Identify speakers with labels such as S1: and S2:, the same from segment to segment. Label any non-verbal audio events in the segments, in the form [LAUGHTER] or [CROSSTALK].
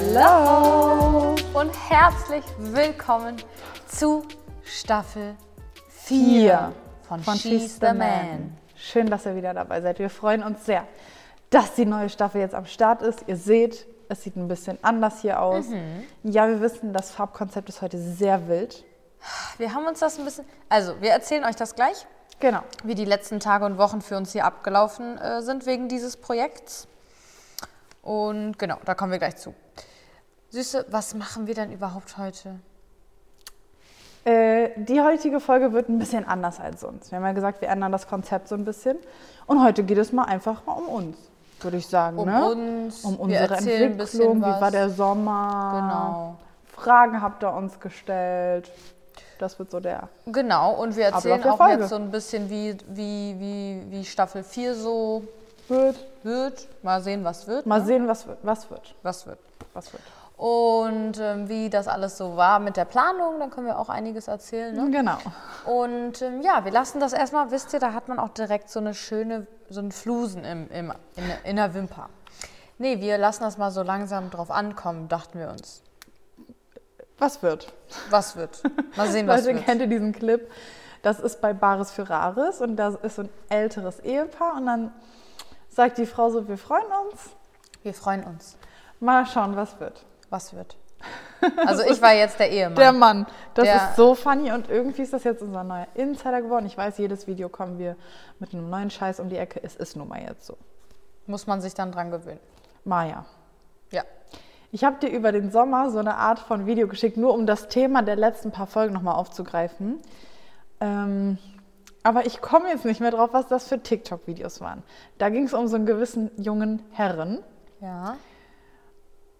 S1: Hallo und herzlich willkommen zu Staffel 4
S2: Vier
S1: von,
S2: von
S1: She's, the Man.
S2: Schön, dass ihr wieder dabei seid. Wir freuen uns sehr, dass die neue Staffel jetzt am Start ist. Ihr seht, es sieht ein bisschen anders hier aus.
S1: Mhm.
S2: Ja, wir wissen, das Farbkonzept ist heute sehr wild.
S1: Wir haben uns das ein bisschen, also wir erzählen euch das gleich,
S2: Genau.
S1: wie die letzten Tage und Wochen für uns hier abgelaufen äh, sind wegen dieses Projekts. Und genau, da kommen wir gleich zu. Süße, was machen wir denn überhaupt heute?
S2: Äh, die heutige Folge wird ein bisschen anders als sonst. Wir haben ja gesagt, wir ändern das Konzept so ein bisschen. Und heute geht es mal einfach mal um uns, würde ich sagen.
S1: Um
S2: ne?
S1: uns,
S2: um
S1: wir
S2: unsere
S1: erzählen ein bisschen
S2: Entwicklung. Wie
S1: was.
S2: war der Sommer?
S1: Genau.
S2: Fragen habt ihr uns gestellt. Das wird so der
S1: Genau, und wir erzählen
S2: der
S1: auch
S2: Folge.
S1: jetzt so ein bisschen, wie, wie, wie, wie Staffel 4 so
S2: wird.
S1: wird. Mal sehen, was wird.
S2: Mal sehen, was, wird- was wird.
S1: Was wird.
S2: Was wird.
S1: Und ähm, wie das alles so war mit der Planung, dann können wir auch einiges erzählen. Ne?
S2: Genau.
S1: Und ähm, ja, wir lassen das erstmal, wisst ihr, da hat man auch direkt so eine schöne, so einen Flusen im, im, in, in der Wimper. Nee, wir lassen das mal so langsam drauf ankommen, dachten wir uns.
S2: Was wird?
S1: Was wird? Mal
S2: [LAUGHS]
S1: sehen, was
S2: Leute,
S1: wird.
S2: kennt ihr diesen Clip? Das ist bei Bares für Rares und da ist so ein älteres Ehepaar und dann sagt die Frau so, wir freuen uns.
S1: Wir freuen uns.
S2: Mal schauen, was wird.
S1: Was wird? Also ich war jetzt der Ehemann.
S2: Der Mann. Das
S1: Der-
S2: ist so funny und irgendwie ist das jetzt unser neuer Insider geworden. Ich weiß, jedes Video kommen wir mit einem neuen Scheiß um die Ecke. Es ist nun mal jetzt so.
S1: Muss man sich dann dran gewöhnen.
S2: Maja,
S1: Ja.
S2: Ich habe dir über den Sommer so eine Art von Video geschickt, nur um das Thema der letzten paar Folgen nochmal aufzugreifen. Ähm, aber ich komme jetzt nicht mehr drauf, was das für TikTok-Videos waren. Da ging es um so einen gewissen jungen Herren,
S1: Ja.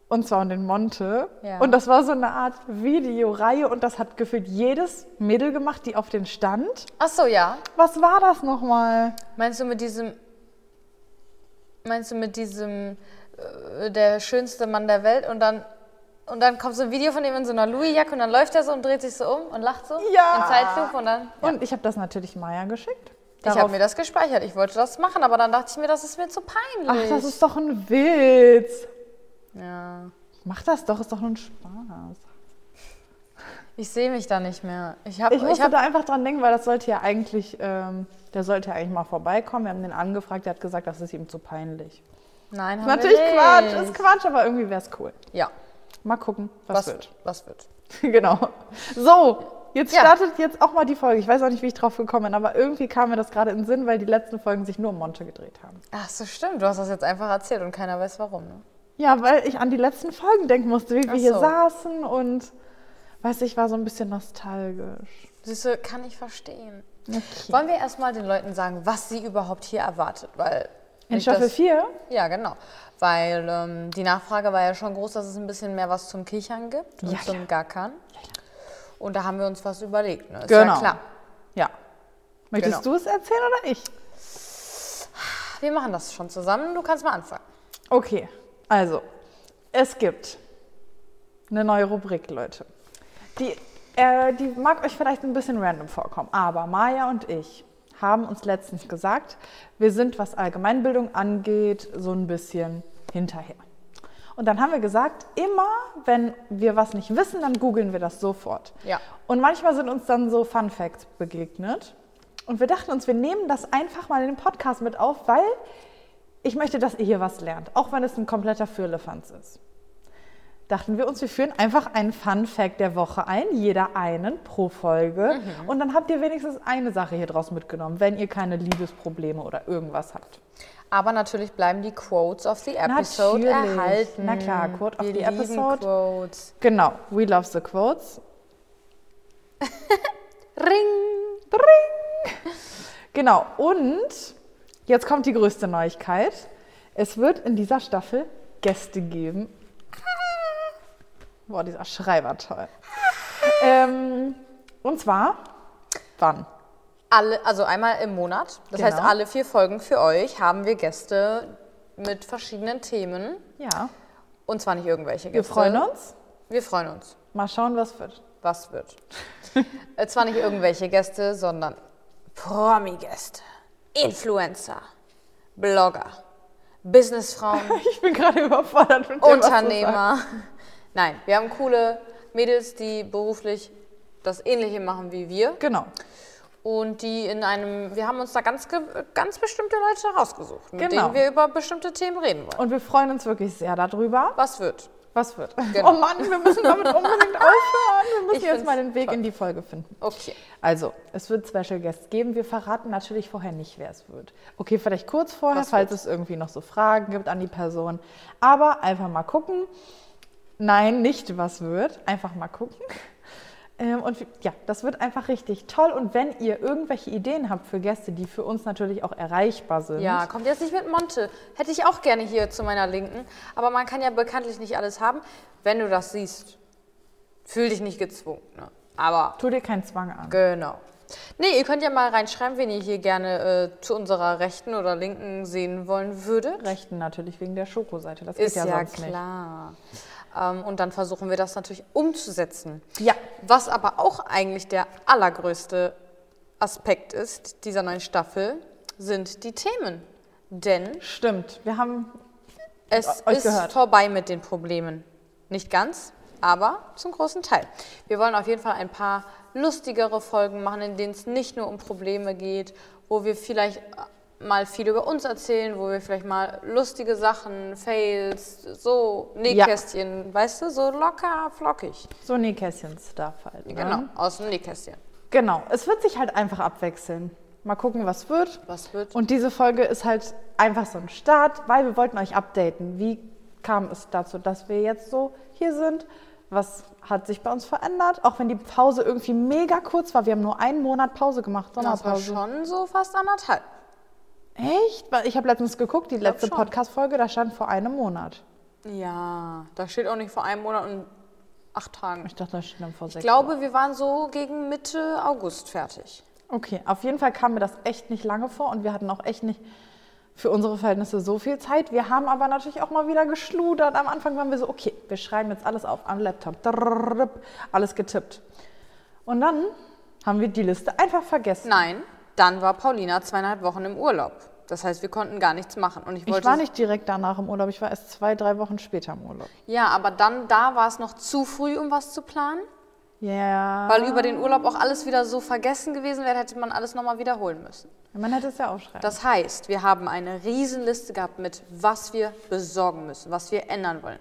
S2: und zwar um den Monte.
S1: Ja.
S2: Und das war so eine Art Videoreihe und das hat gefühlt jedes Mädel gemacht, die auf den stand.
S1: Ach so, ja.
S2: Was war das nochmal?
S1: Meinst du mit diesem. Meinst du mit diesem. äh, Der schönste Mann der Welt und dann. Und dann kommt so ein Video von ihm in so einer Louis-Jacke und dann läuft er so und dreht sich so um und lacht so.
S2: Ja.
S1: In Zeitlupe und dann.
S2: Und ich habe das natürlich Maya geschickt.
S1: Ich habe
S2: Darauf-
S1: mir das gespeichert. Ich wollte das machen, aber dann dachte ich mir, das ist mir zu peinlich.
S2: Ach, das ist doch ein Witz.
S1: ja.
S2: Mach das doch, ist doch nur ein Spaß.
S1: Ich sehe mich da nicht mehr. Ich habe.
S2: Ich
S1: Ich
S2: musste
S1: hab,
S2: da einfach dran denken, weil das sollte ja eigentlich, ähm, der sollte ja eigentlich mal vorbeikommen. Wir haben den angefragt, der hat gesagt, das ist ihm zu peinlich.
S1: nein, haben
S2: Natürlich
S1: wir nicht.
S2: Quatsch, ist Quatsch, aber irgendwie wäre es cool.
S1: Ja.
S2: Mal gucken, was,
S1: Was
S2: wird. [LAUGHS]
S1: wird? Was wird?
S2: genau. So, jetzt
S1: Ja.
S2: startet jetzt auch mal die Folge. Ich weiß auch nicht, wie ich drauf gekommen bin, aber irgendwie kam mir das gerade in den Sinn, weil die letzten Folgen sich nur um Monte gedreht haben.
S1: Ach so, stimmt. Du hast das jetzt einfach erzählt und keiner weiß warum. Ne?
S2: Ja, weil ich an die letzten Folgen denken musste, wie wir
S1: Ach
S2: hier
S1: so.
S2: saßen und, weiß ich, war so ein bisschen nostalgisch.
S1: Süße, kann ich verstehen.
S2: Okay.
S1: Wollen wir erstmal den Leuten sagen, was sie überhaupt hier erwartet? Weil wenn
S2: In
S1: ich
S2: Staffel
S1: das-
S2: 4
S1: Ja, genau. Weil ähm, die Nachfrage war ja schon groß, dass es ein bisschen mehr was zum Kichern gibt und
S2: Ja,
S1: zum
S2: ja.
S1: Gackern. Und da haben wir uns was überlegt. Ne? Ist
S2: Genau.
S1: ja klar.
S2: Ja. Möchtest
S1: Genau.
S2: du es erzählen oder ich?
S1: Wir machen das schon zusammen. Du kannst mal anfangen.
S2: Okay, also, es gibt eine neue Rubrik, Leute. Die, äh, die mag euch vielleicht ein bisschen random vorkommen, aber Maya und ich haben uns letztens gesagt, wir sind, was Allgemeinbildung angeht, so ein bisschen hinterher. Und dann haben wir gesagt, immer wenn wir was nicht wissen, dann googeln wir das sofort.
S1: Ja.
S2: Und manchmal sind uns dann so Fun Facts begegnet. Und wir dachten uns, wir nehmen das einfach mal in den Podcast mit auf, weil ich möchte, dass ihr hier was lernt, auch wenn es ein kompletter Firlefanz ist. Dachten wir uns, wir führen einfach einen Fun Fact der Woche ein, jeder einen pro Folge. Und dann habt ihr wenigstens eine Sache hier draus mitgenommen, wenn ihr keine Liebesprobleme oder irgendwas habt.
S1: Aber natürlich bleiben die Quotes of the Episode
S2: Natürlich.
S1: erhalten.
S2: Na klar, Quote of
S1: wir
S2: the
S1: lieben
S2: Episode.
S1: Quotes.
S2: Genau, we love the quotes.
S1: Ring.
S2: Genau, und jetzt kommt die größte Neuigkeit. Es wird in dieser Staffel Gäste geben. Boah, dieser Schrei war toll. Ähm, und zwar, wann?
S1: Alle, also einmal im Monat. Das
S2: Genau.
S1: heißt, alle vier Folgen für euch haben wir Gäste mit verschiedenen Themen.
S2: Ja,
S1: Und zwar nicht irgendwelche Gäste.
S2: wir freuen uns.
S1: Wir freuen uns.
S2: Mal schauen, was wird.
S1: Was wird? [LAUGHS] Äh, zwar nicht irgendwelche Gäste, sondern Promi-Gäste, Influencer, Blogger,
S2: [LAUGHS]
S1: Businessfrauen,
S2: Ich bin gerade überfordert mit dem, was du sagst.
S1: Unternehmer. [LAUGHS] Nein, wir haben coole Mädels, die beruflich das Ähnliche machen wie wir.
S2: Genau.
S1: Und die in einem, wir haben uns da ganz, ge- ganz bestimmte Leute rausgesucht, mit
S2: Genau.
S1: denen wir über bestimmte Themen reden wollen.
S2: Und wir freuen uns wirklich sehr darüber.
S1: Was wird?
S2: Was wird?
S1: Genau.
S2: Oh Mann, wir müssen
S1: [LAUGHS]
S2: damit unbedingt aufhören. Wir müssen
S1: Ich
S2: jetzt mal
S1: find's
S2: den Weg
S1: toll.
S2: in die Folge finden.
S1: Okay.
S2: Also, es wird Special Guests geben. Wir verraten natürlich vorher nicht, wer es wird. Okay, vielleicht kurz vorher,
S1: Was
S2: falls es irgendwie noch so Fragen gibt an die Person. Aber einfach mal gucken. Nein, nicht was wird. Einfach mal gucken. Ähm, Und wie- ja, das wird einfach richtig toll. Und wenn ihr irgendwelche Ideen habt für Gäste, die für uns natürlich auch erreichbar sind,
S1: Ja, kommt jetzt nicht mit Monte. Hätte ich auch gerne hier zu meiner Linken. Aber man kann ja bekanntlich nicht alles haben, wenn du das siehst. Fühl dich nicht gezwungen. Ne? Aber
S2: tu dir keinen Zwang an.
S1: genau. Nee, ihr könnt ja mal reinschreiben, wen ihr hier gerne äh, zu unserer Rechten oder Linken sehen wollen würdet.
S2: Rechten natürlich wegen der Schokoseite. Das
S1: Ist
S2: geht
S1: ja,
S2: ja, sonst
S1: klar. Ähm, und dann versuchen wir das natürlich umzusetzen.
S2: nicht. Ja,
S1: Was aber auch eigentlich der allergrößte Aspekt ist dieser neuen Staffel, sind die Themen. Denn
S2: stimmt. Wir haben
S1: Es
S2: euch
S1: ist
S2: gehört.
S1: vorbei mit den Problemen. Nicht ganz, aber zum großen Teil. Wir wollen auf jeden Fall ein paar lustigere Folgen machen, in denen es nicht nur um Probleme geht, wo wir vielleicht äh, mal viel über uns erzählen, wo wir vielleicht mal lustige Sachen, Fails, so Nähkästchen, weißt du, so locker, flockig.
S2: so Nähkästchen-Stuff halt. Ne?
S1: Genau, aus dem Nähkästchen.
S2: Genau. Es wird sich halt einfach abwechseln. Mal gucken, was wird.
S1: Was wird?
S2: Und diese Folge ist halt einfach so ein Start, weil wir wollten euch updaten. Wie kam es dazu, dass wir jetzt so hier sind? Was hat sich bei uns verändert? Auch wenn die Pause irgendwie mega kurz war. Wir haben nur einen Monat Pause gemacht,
S1: das war
S2: Sommerpause.
S1: schon so fast anderthalb.
S2: Echt? Weil Ich habe letztens geguckt, die letzte
S1: schon.
S2: Podcast-Folge, da stand vor einem Monat.
S1: Ja, da steht auch nicht vor einem Monat und acht Tagen.
S2: Ich dachte, da stand dann vor
S1: Ich
S2: sechs
S1: glaube, wir waren so gegen Mitte August fertig.
S2: Okay, auf jeden Fall kam mir das echt nicht lange vor und wir hatten auch echt nicht für unsere Verhältnisse so viel Zeit. Wir haben aber natürlich auch mal wieder geschludert. Am Anfang waren wir so, okay, wir schreiben jetzt alles auf am Laptop. Drrrrrrp, Alles getippt. Und dann haben wir die Liste einfach vergessen.
S1: Nein, dann war Paulina zweieinhalb Wochen im Urlaub. Das heißt, wir konnten gar nichts machen. Und ich wollte.
S2: ich war nicht direkt danach im Urlaub, ich war erst zwei, drei Wochen später im Urlaub.
S1: Ja, aber dann da war es noch zu früh, um was zu planen.
S2: Ja.
S1: Weil über den Urlaub auch alles wieder so vergessen gewesen wäre, hätte man alles nochmal wiederholen müssen.
S2: Man hätte es ja aufschreiben.
S1: Das heißt, wir haben eine Riesenliste gehabt mit, was wir besorgen müssen, was wir ändern wollen.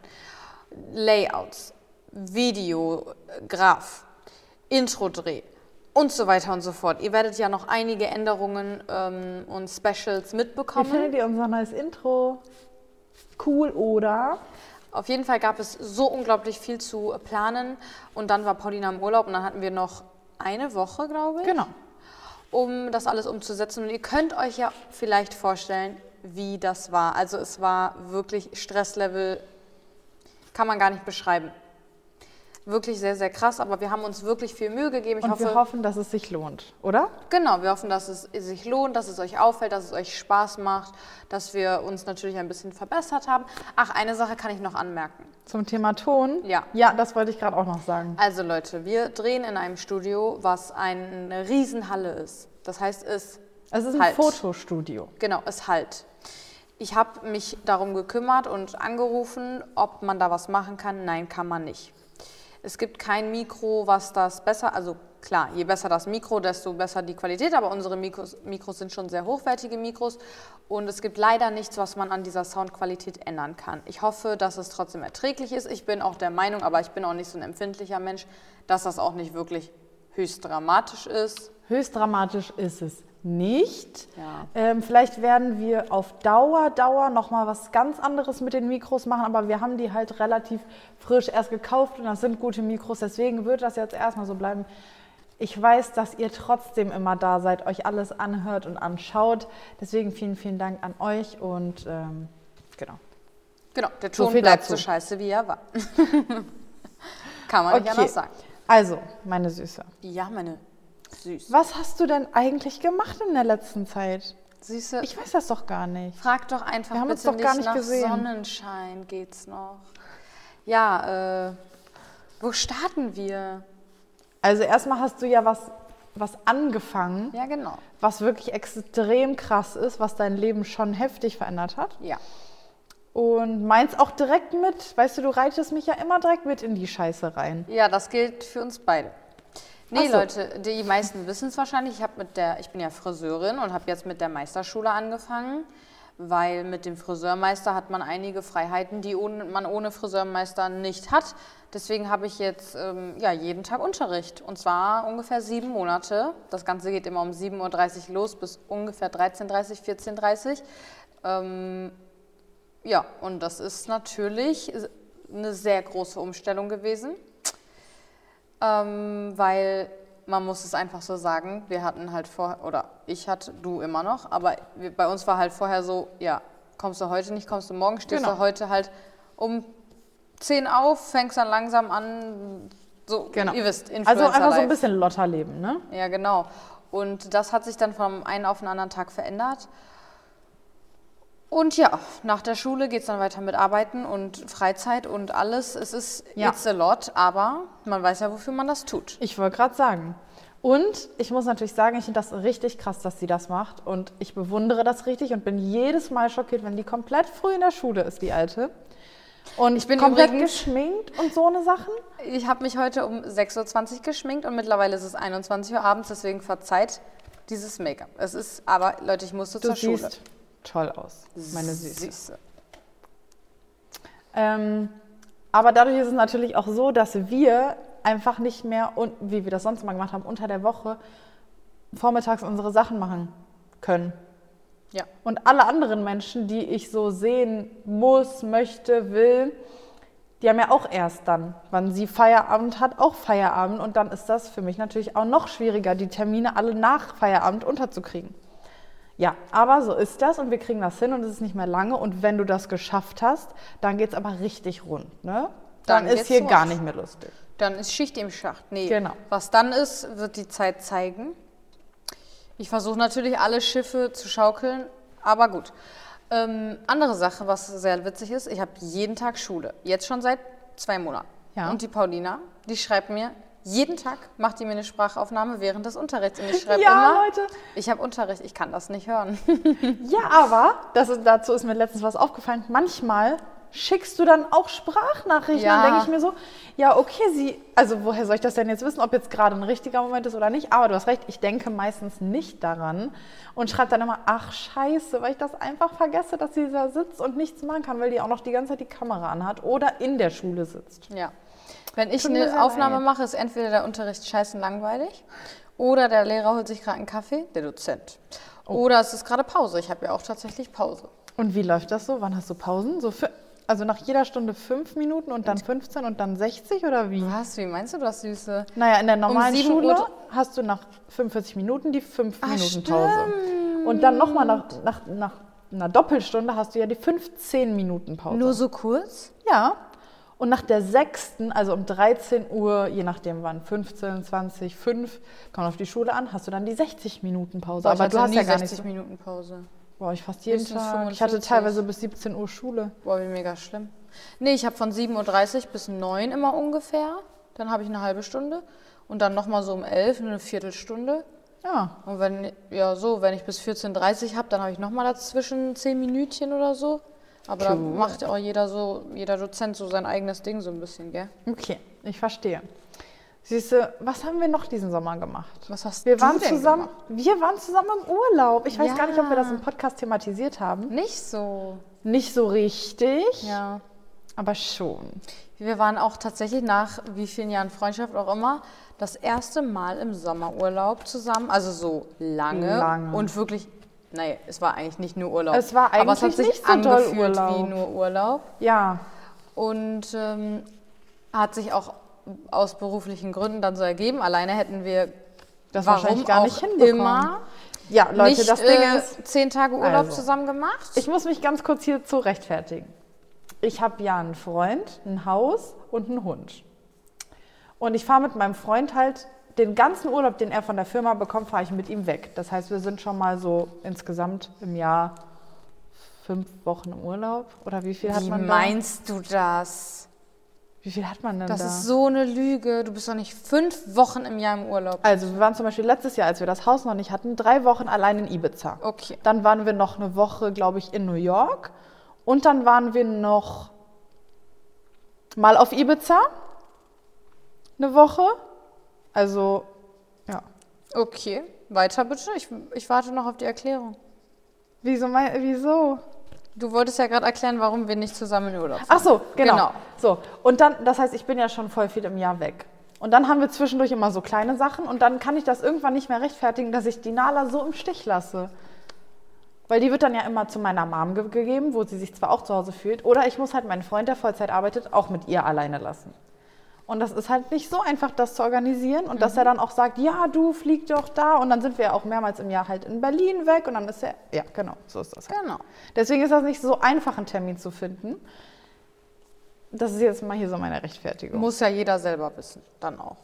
S1: Layouts, Video, äh, Graph, Intro-Dreh und so weiter und so fort. Ihr werdet ja noch einige Änderungen ähm, und Specials
S2: Wie
S1: mitbekommen.
S2: findet ihr unser neues Intro? Cool, oder?
S1: Auf jeden Fall gab es so unglaublich viel zu planen. Und dann war Paulina im Urlaub und dann hatten wir noch eine Woche, glaube ich,
S2: Genau.
S1: um das alles umzusetzen. Und ihr könnt euch ja vielleicht vorstellen, wie das war. Also es war wirklich Stresslevel, kann man gar nicht beschreiben. Wirklich sehr, sehr krass, aber wir haben uns wirklich viel Mühe gegeben. Ich
S2: Und
S1: hoffe,
S2: wir hoffen, dass es sich lohnt, oder?
S1: Genau, wir hoffen, dass es sich lohnt, dass es euch auffällt, dass es euch Spaß macht, dass wir uns natürlich ein bisschen verbessert haben. Ach, eine Sache kann ich noch anmerken.
S2: Zum Thema Ton?
S1: Ja.
S2: Ja, das wollte ich gerade auch noch sagen.
S1: Also Leute, wir drehen in einem Studio, was eine Riesenhalle ist. Das heißt, es
S2: Es ist ein
S1: halt.
S2: Fotostudio.
S1: Genau, es halt. Ich habe mich darum gekümmert und angerufen, ob man da was machen kann. Nein, kann man nicht. Es gibt kein Mikro, was das besser, also klar, je besser das Mikro, desto besser die Qualität, aber unsere Mikros, Mikros sind schon sehr hochwertige Mikros und es gibt leider nichts, was man an dieser Soundqualität ändern kann. Ich hoffe, dass es trotzdem erträglich ist. Ich bin auch der Meinung, aber ich bin auch nicht so ein empfindlicher Mensch, dass das auch nicht wirklich höchst dramatisch ist.
S2: Höchst dramatisch ist es nicht.
S1: Ja.
S2: Ähm, vielleicht werden wir auf Dauer, Dauer nochmal was ganz anderes mit den Mikros machen, aber wir haben die halt relativ frisch erst gekauft und das sind gute Mikros, deswegen wird das jetzt erstmal so bleiben. Ich weiß, dass ihr trotzdem immer da seid, euch alles anhört und anschaut. Deswegen vielen, vielen Dank an euch und ähm, genau.
S1: Genau, der
S2: So
S1: Ton
S2: viel
S1: bleibt
S2: dazu.
S1: so scheiße, wie er war. [LAUGHS] Kann man nicht anders sagen.
S2: Also, meine Süße,
S1: Ja, meine Süß.
S2: was hast du denn eigentlich gemacht in der letzten Zeit?
S1: Süße,
S2: Ich weiß das doch gar nicht.
S1: frag doch einfach
S2: Wir haben uns
S1: bitte
S2: doch gar
S1: nicht
S2: nicht
S1: nach
S2: gesehen.
S1: Sonnenschein geht's noch. Ja, äh, wo starten wir?
S2: Also erstmal hast du ja was, was angefangen,
S1: Ja, genau.
S2: was wirklich extrem krass ist, was dein Leben schon heftig verändert hat.
S1: Ja.
S2: Und meins auch direkt mit, weißt du, du reitest mich ja immer direkt mit in die Scheiße rein.
S1: Ja, das gilt für uns beide. Nee,
S2: Ach so.
S1: Leute, die meisten wissen es wahrscheinlich. Ich, hab mit der, ich bin ja Friseurin und habe jetzt mit der Meisterschule angefangen, weil mit dem Friseurmeister hat man einige Freiheiten, die ohne, man ohne Friseurmeister nicht hat. Deswegen habe ich jetzt ähm, ja, jeden Tag Unterricht und zwar ungefähr sieben Monate. Das Ganze geht immer um 7.30 Uhr los bis ungefähr 13.30 Uhr, 14.30 Uhr. Ja, und das ist natürlich eine sehr große Umstellung gewesen, ähm, weil man muss es einfach so sagen, wir hatten halt vorher, oder ich hatte, du immer noch, aber wir, bei uns war halt vorher so, ja, kommst du heute nicht, kommst du morgen, stehst
S2: Genau.
S1: du heute halt um 10 auf, fängst dann langsam an, so,
S2: Genau.
S1: ihr wisst, Influencer
S2: Also einfach so
S1: Life.
S2: ein bisschen Lotterleben, ne?
S1: Ja, genau. Und das hat sich dann vom einen auf den anderen Tag verändert. Und ja, nach der Schule geht es dann weiter mit Arbeiten und Freizeit und alles. Es ist
S2: Ja.
S1: it's a lot, aber man weiß ja, wofür man das tut.
S2: Ich wollte gerade sagen. Und ich muss natürlich sagen, ich finde das richtig krass, dass sie das macht. Und ich bewundere das richtig und bin jedes Mal schockiert, wenn die komplett früh in der Schule ist, die Alte. Und ich
S1: bin
S2: komplett
S1: übrigens-
S2: geschminkt und so eine Sachen.
S1: Ich habe mich heute um 6.20 Uhr geschminkt und mittlerweile ist es 21 Uhr abends, deswegen verzeiht dieses Make-up. Es ist aber, Leute, ich musste
S2: Du
S1: zur Schule.
S2: siehst toll aus, meine Süße.
S1: Süße.
S2: Ähm, aber dadurch ist es natürlich auch so, dass wir einfach nicht mehr, un- wie wir das sonst mal gemacht haben, unter der Woche vormittags unsere Sachen machen können.
S1: Ja.
S2: Und alle anderen Menschen, die ich so sehen muss, möchte, will, die haben ja auch erst dann, wann sie Feierabend hat, auch Feierabend. Und dann ist das für mich natürlich auch noch schwieriger, die Termine alle nach Feierabend unterzukriegen. Ja, aber so ist das und wir kriegen das hin und es ist nicht mehr lange. Und wenn du das geschafft hast, dann geht es aber richtig rund. Ne?
S1: Dann
S2: Dann, ist
S1: geht's
S2: hier
S1: rund.
S2: gar nicht mehr lustig.
S1: Dann ist Schicht im Schacht. Nee.
S2: Genau.
S1: Was dann ist, wird die Zeit zeigen. Ich versuche natürlich alle Schiffe zu schaukeln, aber gut. Ähm, andere Sache, was sehr witzig ist, ich habe jeden Tag Schule. Jetzt schon seit zwei Monaten.
S2: Ja.
S1: Und die Paulina, die schreibt mir, jeden Tag macht die mir eine Sprachaufnahme während des Unterrichts. Und ich schreibe
S2: Ja,
S1: immer,
S2: Leute.
S1: ich habe Unterricht, ich kann das nicht hören.
S2: Ja, aber das ist, dazu ist mir letztens was aufgefallen. Manchmal schickst du dann auch Sprachnachrichten.
S1: Ja.
S2: Dann denke ich mir so, ja, okay, sie, also woher soll ich das denn jetzt wissen, ob jetzt gerade ein richtiger Moment ist oder nicht? Aber du hast recht, ich denke meistens nicht daran und schreibe dann immer, ach scheiße, weil ich das einfach vergesse, dass sie da sitzt und nichts machen kann, weil die auch noch die ganze Zeit die Kamera anhat oder in der Schule sitzt.
S1: Ja. Wenn ich
S2: Tut mir
S1: eine
S2: sehr
S1: Aufnahme
S2: leid.
S1: mache, ist entweder der Unterricht scheißen langweilig oder der Lehrer holt sich gerade einen Kaffee, der Dozent. Oder es ist gerade Pause. Ich habe ja auch tatsächlich Pause.
S2: Und wie läuft das so? Wann hast du Pausen? So fü- also nach jeder Stunde fünf Minuten und dann 15 und dann 60 oder wie?
S1: Was? Wie meinst du das, Süße?
S2: Naja, in der normalen
S1: 7
S2: Schule
S1: Um Uhr-
S2: hast du nach 45 Minuten die 5
S1: Ah,
S2: Minuten Pause. Und dann nochmal nach, nach, nach einer Doppelstunde hast du ja die 15 Minuten Pause.
S1: Nur so kurz?
S2: ja. Und nach der sechsten, also um 13 Uhr, je nachdem wann, 15, 20, 5, kommt auf die Schule an, hast du dann die 60 Minuten Pause.
S1: Boah, ich
S2: Aber
S1: hatte
S2: du hast
S1: nie
S2: ja gar
S1: 60
S2: nicht. so-
S1: Minuten Pause.
S2: Boah, ich fast jeden
S1: Höchstens
S2: Tag. Ich
S1: 45.
S2: hatte teilweise bis 17 Uhr Schule.
S1: Boah, wie mega schlimm. Nee, ich habe von 7.30 Uhr bis 9 immer ungefähr. Dann habe ich eine halbe Stunde. Und dann nochmal so um 11 eine Viertelstunde.
S2: Ja.
S1: Und wenn, ja, so, wenn ich bis 14.30 habe, dann habe ich nochmal dazwischen 10 Minütchen oder so. Aber da macht auch jeder so, jeder Dozent so sein eigenes Ding so ein bisschen, gell?
S2: Okay, ich verstehe. Siehst du, was haben wir noch diesen Sommer gemacht?
S1: Was hast
S2: Wir
S1: du
S2: waren,
S1: denn
S2: zusammen,
S1: gemacht?
S2: wir waren zusammen im Urlaub. Ich weiß
S1: Ja.
S2: gar nicht, ob wir das im Podcast thematisiert haben.
S1: Nicht so.
S2: Nicht so richtig,
S1: Ja.
S2: aber schon.
S1: Wir waren auch tatsächlich nach wie vielen Jahren Freundschaft auch immer das erste Mal im Sommerurlaub zusammen. Also so lange.
S2: Lange.
S1: Und wirklich, naja, es war eigentlich nicht nur Urlaub.
S2: Es war
S1: Aber es hat
S2: eigentlich
S1: sich
S2: nicht so doll
S1: angefühlt wie
S2: Urlaub.
S1: nur Urlaub.
S2: Ja,
S1: und ähm, hat sich auch aus beruflichen Gründen dann so ergeben. Alleine hätten wir
S2: das
S1: warum
S2: wahrscheinlich gar
S1: auch
S2: nicht hinbekommen.
S1: immer
S2: Ja, Leute,
S1: nicht
S2: das Ding
S1: äh,
S2: ist,
S1: zehn Tage Urlaub
S2: Also.
S1: zusammen gemacht.
S2: ich muss mich ganz kurz hierzu rechtfertigen. Ich habe ja einen Freund, ein Haus und einen Hund. Und ich fahre mit meinem Freund halt den ganzen Urlaub, den er von der Firma bekommt, fahre ich mit ihm weg. Das heißt, wir sind schon mal so insgesamt im Jahr fünf Wochen im Urlaub. Oder wie viel hat
S1: Wie
S2: man da?
S1: meinst du das?
S2: Wie viel hat man denn
S1: Das
S2: da?
S1: ist so eine Lüge. Du bist doch nicht fünf Wochen im Jahr im Urlaub.
S2: also wir waren zum Beispiel letztes Jahr, als wir das Haus noch nicht hatten, drei Wochen allein in Ibiza.
S1: Okay.
S2: Dann waren wir noch eine Woche, glaube ich, in New York Und dann waren wir noch mal auf Ibiza eine Woche. Also, ja.
S1: Okay, weiter bitte. Ich, ich warte noch auf die Erklärung.
S2: Wieso? Mein, wieso?
S1: Du wolltest ja gerade erklären, warum wir nicht zusammen in den Urlaub fahren.
S2: Ach so, genau.
S1: Genau.
S2: So, und dann, das heißt, ich bin ja schon voll viel im Jahr weg. Und dann haben wir zwischendurch immer so kleine Sachen und dann kann ich das irgendwann nicht mehr rechtfertigen, dass ich die Nala so im Stich lasse. Weil die wird dann ja immer zu meiner Mom ge gegeben, wo sie sich zwar auch zu Hause fühlt, oder ich muss halt meinen Freund, der Vollzeit arbeitet, auch mit ihr alleine lassen. Und das ist halt nicht so einfach, das zu organisieren und dass er dann auch sagt, ja, du flieg doch da und dann sind wir ja auch mehrmals im Jahr halt in Berlin weg und dann ist er, ja, genau, so ist das halt.
S1: Genau.
S2: Deswegen ist das nicht so einfach, einen Termin zu finden. Das ist jetzt mal hier so meine Rechtfertigung.
S1: Muss ja jeder selber wissen, dann auch.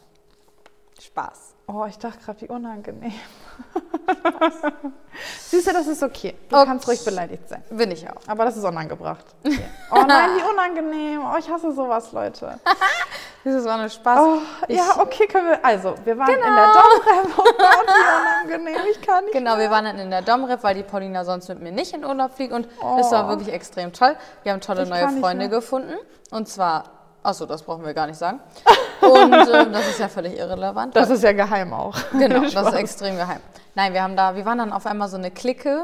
S1: Spaß.
S2: Oh, ich dachte gerade, wie unangenehm. [LAUGHS] Siehst du, das ist okay. Du
S1: Okay.
S2: kannst ruhig beleidigt sein.
S1: Bin ich auch.
S2: Aber das ist unangebracht.
S1: [LAUGHS]
S2: Oh nein, wie unangenehm. Oh, ich hasse sowas, Leute.
S1: Das war eine Spaß.
S2: Oh,
S1: ich,
S2: ja, okay, können wir. Also, wir waren in der Dornrep. Oh Gott, wie unangenehm. Ich kann nicht.
S1: Genau, wir waren dann in der Domrep, weil die Paulina sonst mit mir nicht in Urlaub fliegt und es war
S2: Oh.
S1: wirklich extrem toll. Wir haben tolle
S2: Ich
S1: neue
S2: kann nicht
S1: Freunde
S2: mehr.
S1: gefunden und zwar, achso, das brauchen wir gar nicht sagen.
S2: [LAUGHS]
S1: Und ähm, das ist ja völlig irrelevant.
S2: Das ist ja geheim auch. [LAUGHS]
S1: Genau, das ist extrem geheim. Nein, wir haben da, wir waren dann auf einmal so eine Clique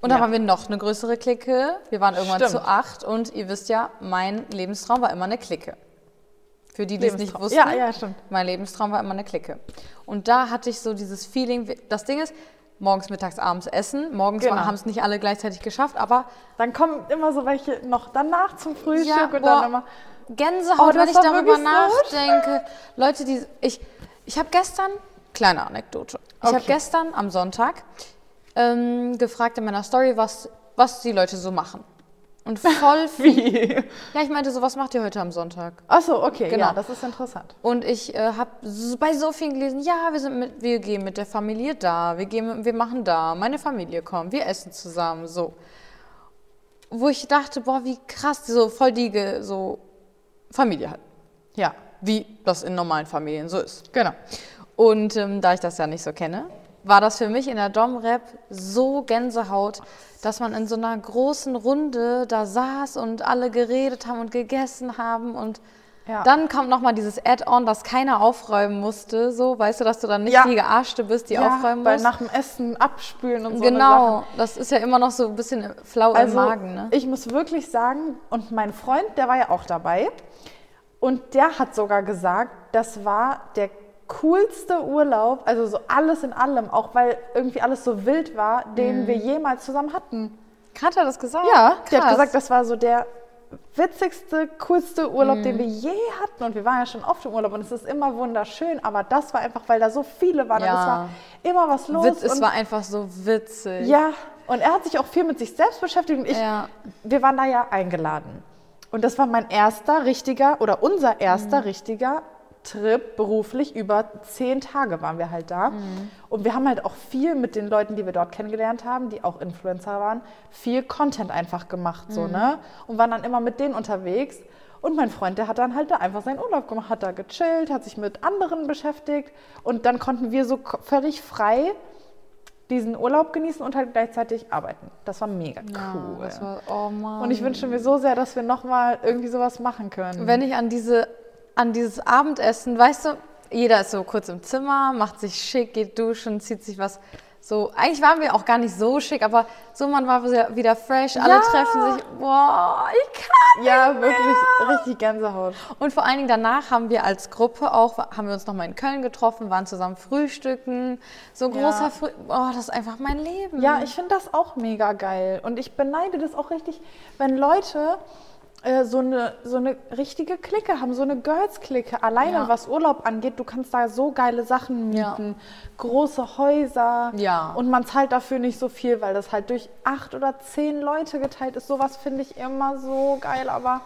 S1: und dann
S2: Ja.
S1: waren wir noch eine größere Clique. Wir waren irgendwann
S2: Stimmt.
S1: zu acht und ihr wisst ja, mein Lebenstraum war immer eine Clique. Für die, die es nicht
S2: Lebenstraum.
S1: wussten,
S2: Ja, ja, stimmt.
S1: mein Lebenstraum war immer eine Clique. Und da hatte ich so dieses Feeling, das Ding ist, morgens, mittags, abends essen. Morgens
S2: Genau.
S1: haben es nicht alle gleichzeitig geschafft, aber
S2: Dann kommen immer so welche noch danach zum Frühstück
S1: Ja,
S2: und dann
S1: boah.
S2: immer. [LAUGHS]
S1: Gänsehaut,
S2: Oh,
S1: wenn
S2: das
S1: ich
S2: war
S1: darüber
S2: wirklich so
S1: nachdenke. Leute, die ich ich habe gestern kleine Anekdote. Ich habe
S2: Okay.
S1: gestern am Sonntag ähm, gefragt in meiner Story, was was die Leute so machen. Und voll viel.
S2: [LAUGHS] Wie?
S1: [LAUGHS] ja, ich meinte so, was macht ihr heute am Sonntag?
S2: Achso, okay,
S1: Genau.
S2: ja, das ist interessant.
S1: Und ich äh, habe so, bei so vielen gelesen, ja, wir, sind mit, wir gehen mit der Familie da, wir, gehen, wir machen da, meine Familie kommt, wir essen zusammen, so. Wo ich dachte, boah, wie krass, so voll die ge- so Familie halt
S2: Ja,
S1: wie das in normalen Familien so ist.
S2: genau.
S1: Und ähm, da ich das ja nicht so kenne, war das für mich in der Domrep so Gänsehaut, dass man in so einer großen Runde da saß und alle geredet haben und gegessen haben und
S2: Ja.
S1: dann kommt noch mal dieses Add-on, dass keiner aufräumen musste, so weißt du, dass du dann nicht
S2: Ja.
S1: die Gearschte bist, die aufräumen
S2: weil
S1: muss.
S2: nach dem Essen abspülen und so. eine Sachen.
S1: genau, das ist ja immer noch so ein bisschen flau im
S2: Also,
S1: Magen, ne?
S2: ich muss wirklich sagen, und mein Freund, der war ja auch dabei, und der hat sogar gesagt, das war der coolste Urlaub, also so alles in allem, auch weil irgendwie alles so wild war, den wir jemals zusammen hatten.
S1: Hat er das gesagt?
S2: Ja,
S1: krass.
S2: der hat gesagt, das war so der witzigste, coolste
S1: Mhm.
S2: Urlaub, den wir je hatten. Und wir waren ja schon oft im Urlaub und es ist immer wunderschön, aber das war einfach, weil da so viele waren
S1: Ja.
S2: und es war immer was los.
S1: Witz, es
S2: und
S1: war einfach so witzig.
S2: ja, und er hat sich auch viel mit sich selbst beschäftigt und ich,
S1: Ja.
S2: wir waren da ja eingeladen. Und das war mein erster richtiger oder unser erster richtiger Trip beruflich. Über zehn Tage waren wir halt da. Und wir haben halt auch viel mit den Leuten, die wir dort kennengelernt haben, die auch Influencer waren, viel Content einfach gemacht, so, ne? Und waren dann immer mit denen unterwegs. Und mein Freund, der hat dann halt da einfach seinen Urlaub gemacht, hat da gechillt, hat sich mit anderen beschäftigt. Und dann konnten wir so ko- völlig frei diesen Urlaub genießen und halt gleichzeitig arbeiten. Das war mega
S1: Ja,
S2: cool.
S1: das war, oh Mann.
S2: und ich wünsche mir so sehr, dass wir nochmal irgendwie sowas machen können.
S1: Wenn ich an, diese, an dieses Abendessen, weißt du, jeder ist so kurz im Zimmer, macht sich schick, geht duschen, zieht sich was. So, eigentlich waren wir auch gar nicht so schick, aber so, man war sehr- wieder fresh, alle
S2: Ja.
S1: treffen sich. Boah, ich kann.
S2: ja, wirklich richtig Gänsehaut.
S1: Und vor allen Dingen danach haben wir als Gruppe auch, haben wir uns nochmal in Köln getroffen, waren zusammen frühstücken. So
S2: Ja.
S1: großer Früh. Oh, das ist einfach mein Leben.
S2: Ja, ich finde das auch mega geil. Und ich beneide das auch richtig, wenn Leute äh, so eine, so eine richtige Clique haben, so eine Girls-Clique. Alleine
S1: Ja.
S2: was Urlaub angeht, du kannst da so geile Sachen
S1: Ja.
S2: mieten, große Häuser.
S1: Ja.
S2: Und man zahlt dafür nicht so viel, weil das halt durch acht oder zehn Leute geteilt ist. Sowas finde ich immer so geil, aber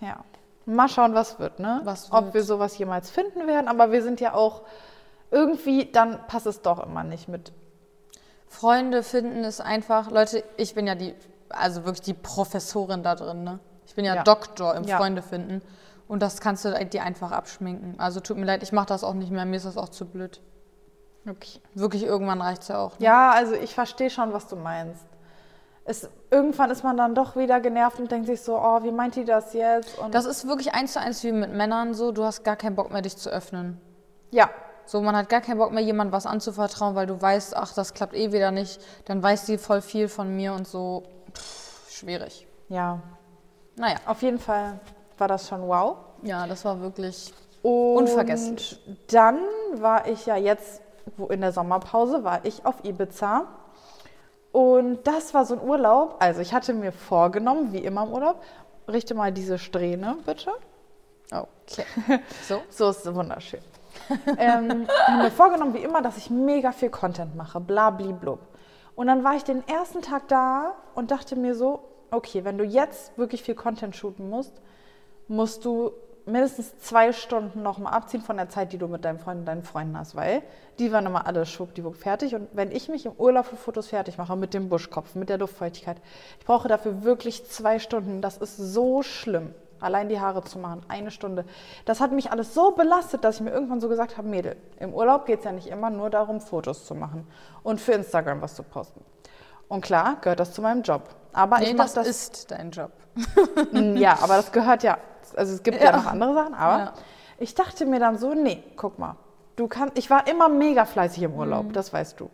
S2: ja. Mal schauen, was wird, ne?
S1: Was
S2: Ob
S1: wird.
S2: wir sowas jemals finden werden, aber wir sind ja auch irgendwie, dann passt es doch immer nicht mit
S1: Freunde finden ist einfach, Leute, ich bin ja die, also wirklich die Professorin da drin, ne? Ich bin ja,
S2: Ja.
S1: Doktor im
S2: Ja.
S1: Freunde finden. Und das kannst du dir einfach abschminken. Also tut mir leid, ich mache das auch nicht mehr, mir ist das auch zu blöd.
S2: Okay.
S1: Wirklich, irgendwann reicht's ja auch. Ne?
S2: Ja, also ich verstehe schon, was du meinst. es, irgendwann ist man dann doch wieder genervt und denkt sich so, oh, wie meint die das jetzt? Und
S1: Das ist wirklich eins zu eins wie mit Männern so. Du hast gar keinen Bock mehr, dich zu öffnen.
S2: ja,
S1: So, man hat gar keinen Bock mehr, jemandem was anzuvertrauen, weil du weißt, ach, das klappt eh wieder nicht. Dann weiß sie voll viel von mir und so. Pff, schwierig.
S2: ja,
S1: Naja,
S2: auf jeden Fall war das schon wow.
S1: ja, das war wirklich.
S2: Und
S1: Unvergesslich.
S2: Dann war ich ja jetzt, wo in der Sommerpause war ich auf Ibiza. Und das war so ein Urlaub. Also ich hatte mir vorgenommen, wie immer im Urlaub, richte mal diese Strähne bitte.
S1: [LAUGHS] Okay. So?
S2: So ist es wunderschön. [LAUGHS] ähm, haben mir vorgenommen, wie immer, dass ich mega viel Content mache, bla bli blub. Und dann war ich den ersten Tag da und dachte mir so, okay, wenn du jetzt wirklich viel Content shooten musst, musst du mindestens zwei Stunden nochmal abziehen von der Zeit, die du mit deinen Freunden deinen Freunden hast, weil die waren immer alle schwuppdiwupp fertig. Und wenn ich mich im Urlaub für Fotos fertig mache, mit dem Buschkopf, mit der Luftfeuchtigkeit, ich brauche dafür wirklich zwei Stunden. Das ist so schlimm. Allein die Haare zu machen, eine Stunde. Das hat mich alles so belastet, dass ich mir irgendwann so gesagt habe, Mädel, im Urlaub geht es ja nicht immer nur darum, Fotos zu machen und für Instagram was zu posten. Und klar, gehört das zu meinem Job. Aber
S1: Nee,
S2: ich
S1: das,
S2: mache das
S1: ist dein Job.
S2: Mm, Ja, aber das gehört ja. Also es gibt ja,
S1: Ja.
S2: noch andere Sachen, aber
S1: Ja.
S2: ich dachte mir dann so, nee, guck mal, du kannst. Ich war immer mega fleißig im
S1: Mhm.
S2: Urlaub, das weißt du.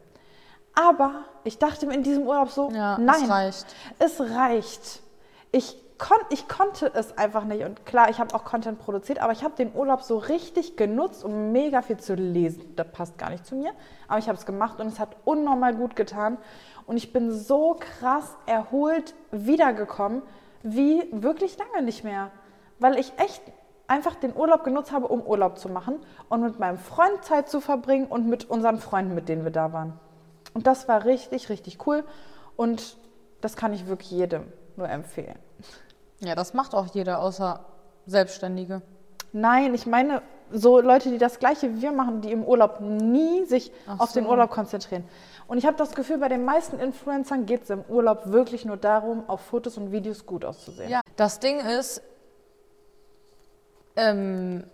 S2: Aber ich dachte mir in diesem Urlaub so,
S1: Ja,
S2: nein,
S1: es reicht.
S2: es reicht. Ich, kon ich konnte es einfach nicht. Und klar, ich habe auch Content produziert, aber ich habe den Urlaub so richtig genutzt, um mega viel zu lesen. Das passt gar nicht zu mir, aber ich habe es gemacht und es hat unnormal gut getan. Und ich bin so krass erholt wiedergekommen, wie wirklich lange nicht mehr. Weil ich echt einfach den Urlaub genutzt habe, um Urlaub zu machen und mit meinem Freund Zeit zu verbringen und mit unseren Freunden, mit denen wir da waren. Und das war richtig, richtig cool. Und das kann ich wirklich jedem nur empfehlen.
S1: Ja, das macht auch jeder außer Selbstständige.
S2: Nein, ich meine so Leute, die das Gleiche wie wir machen, die im Urlaub nie sich
S1: Ach
S2: auf den
S1: so.
S2: Urlaub konzentrieren. Und ich habe das Gefühl, bei den meisten Influencern geht es im Urlaub wirklich nur darum, auf Fotos und Videos gut auszusehen.
S1: Ja. Das Ding ist, ähm,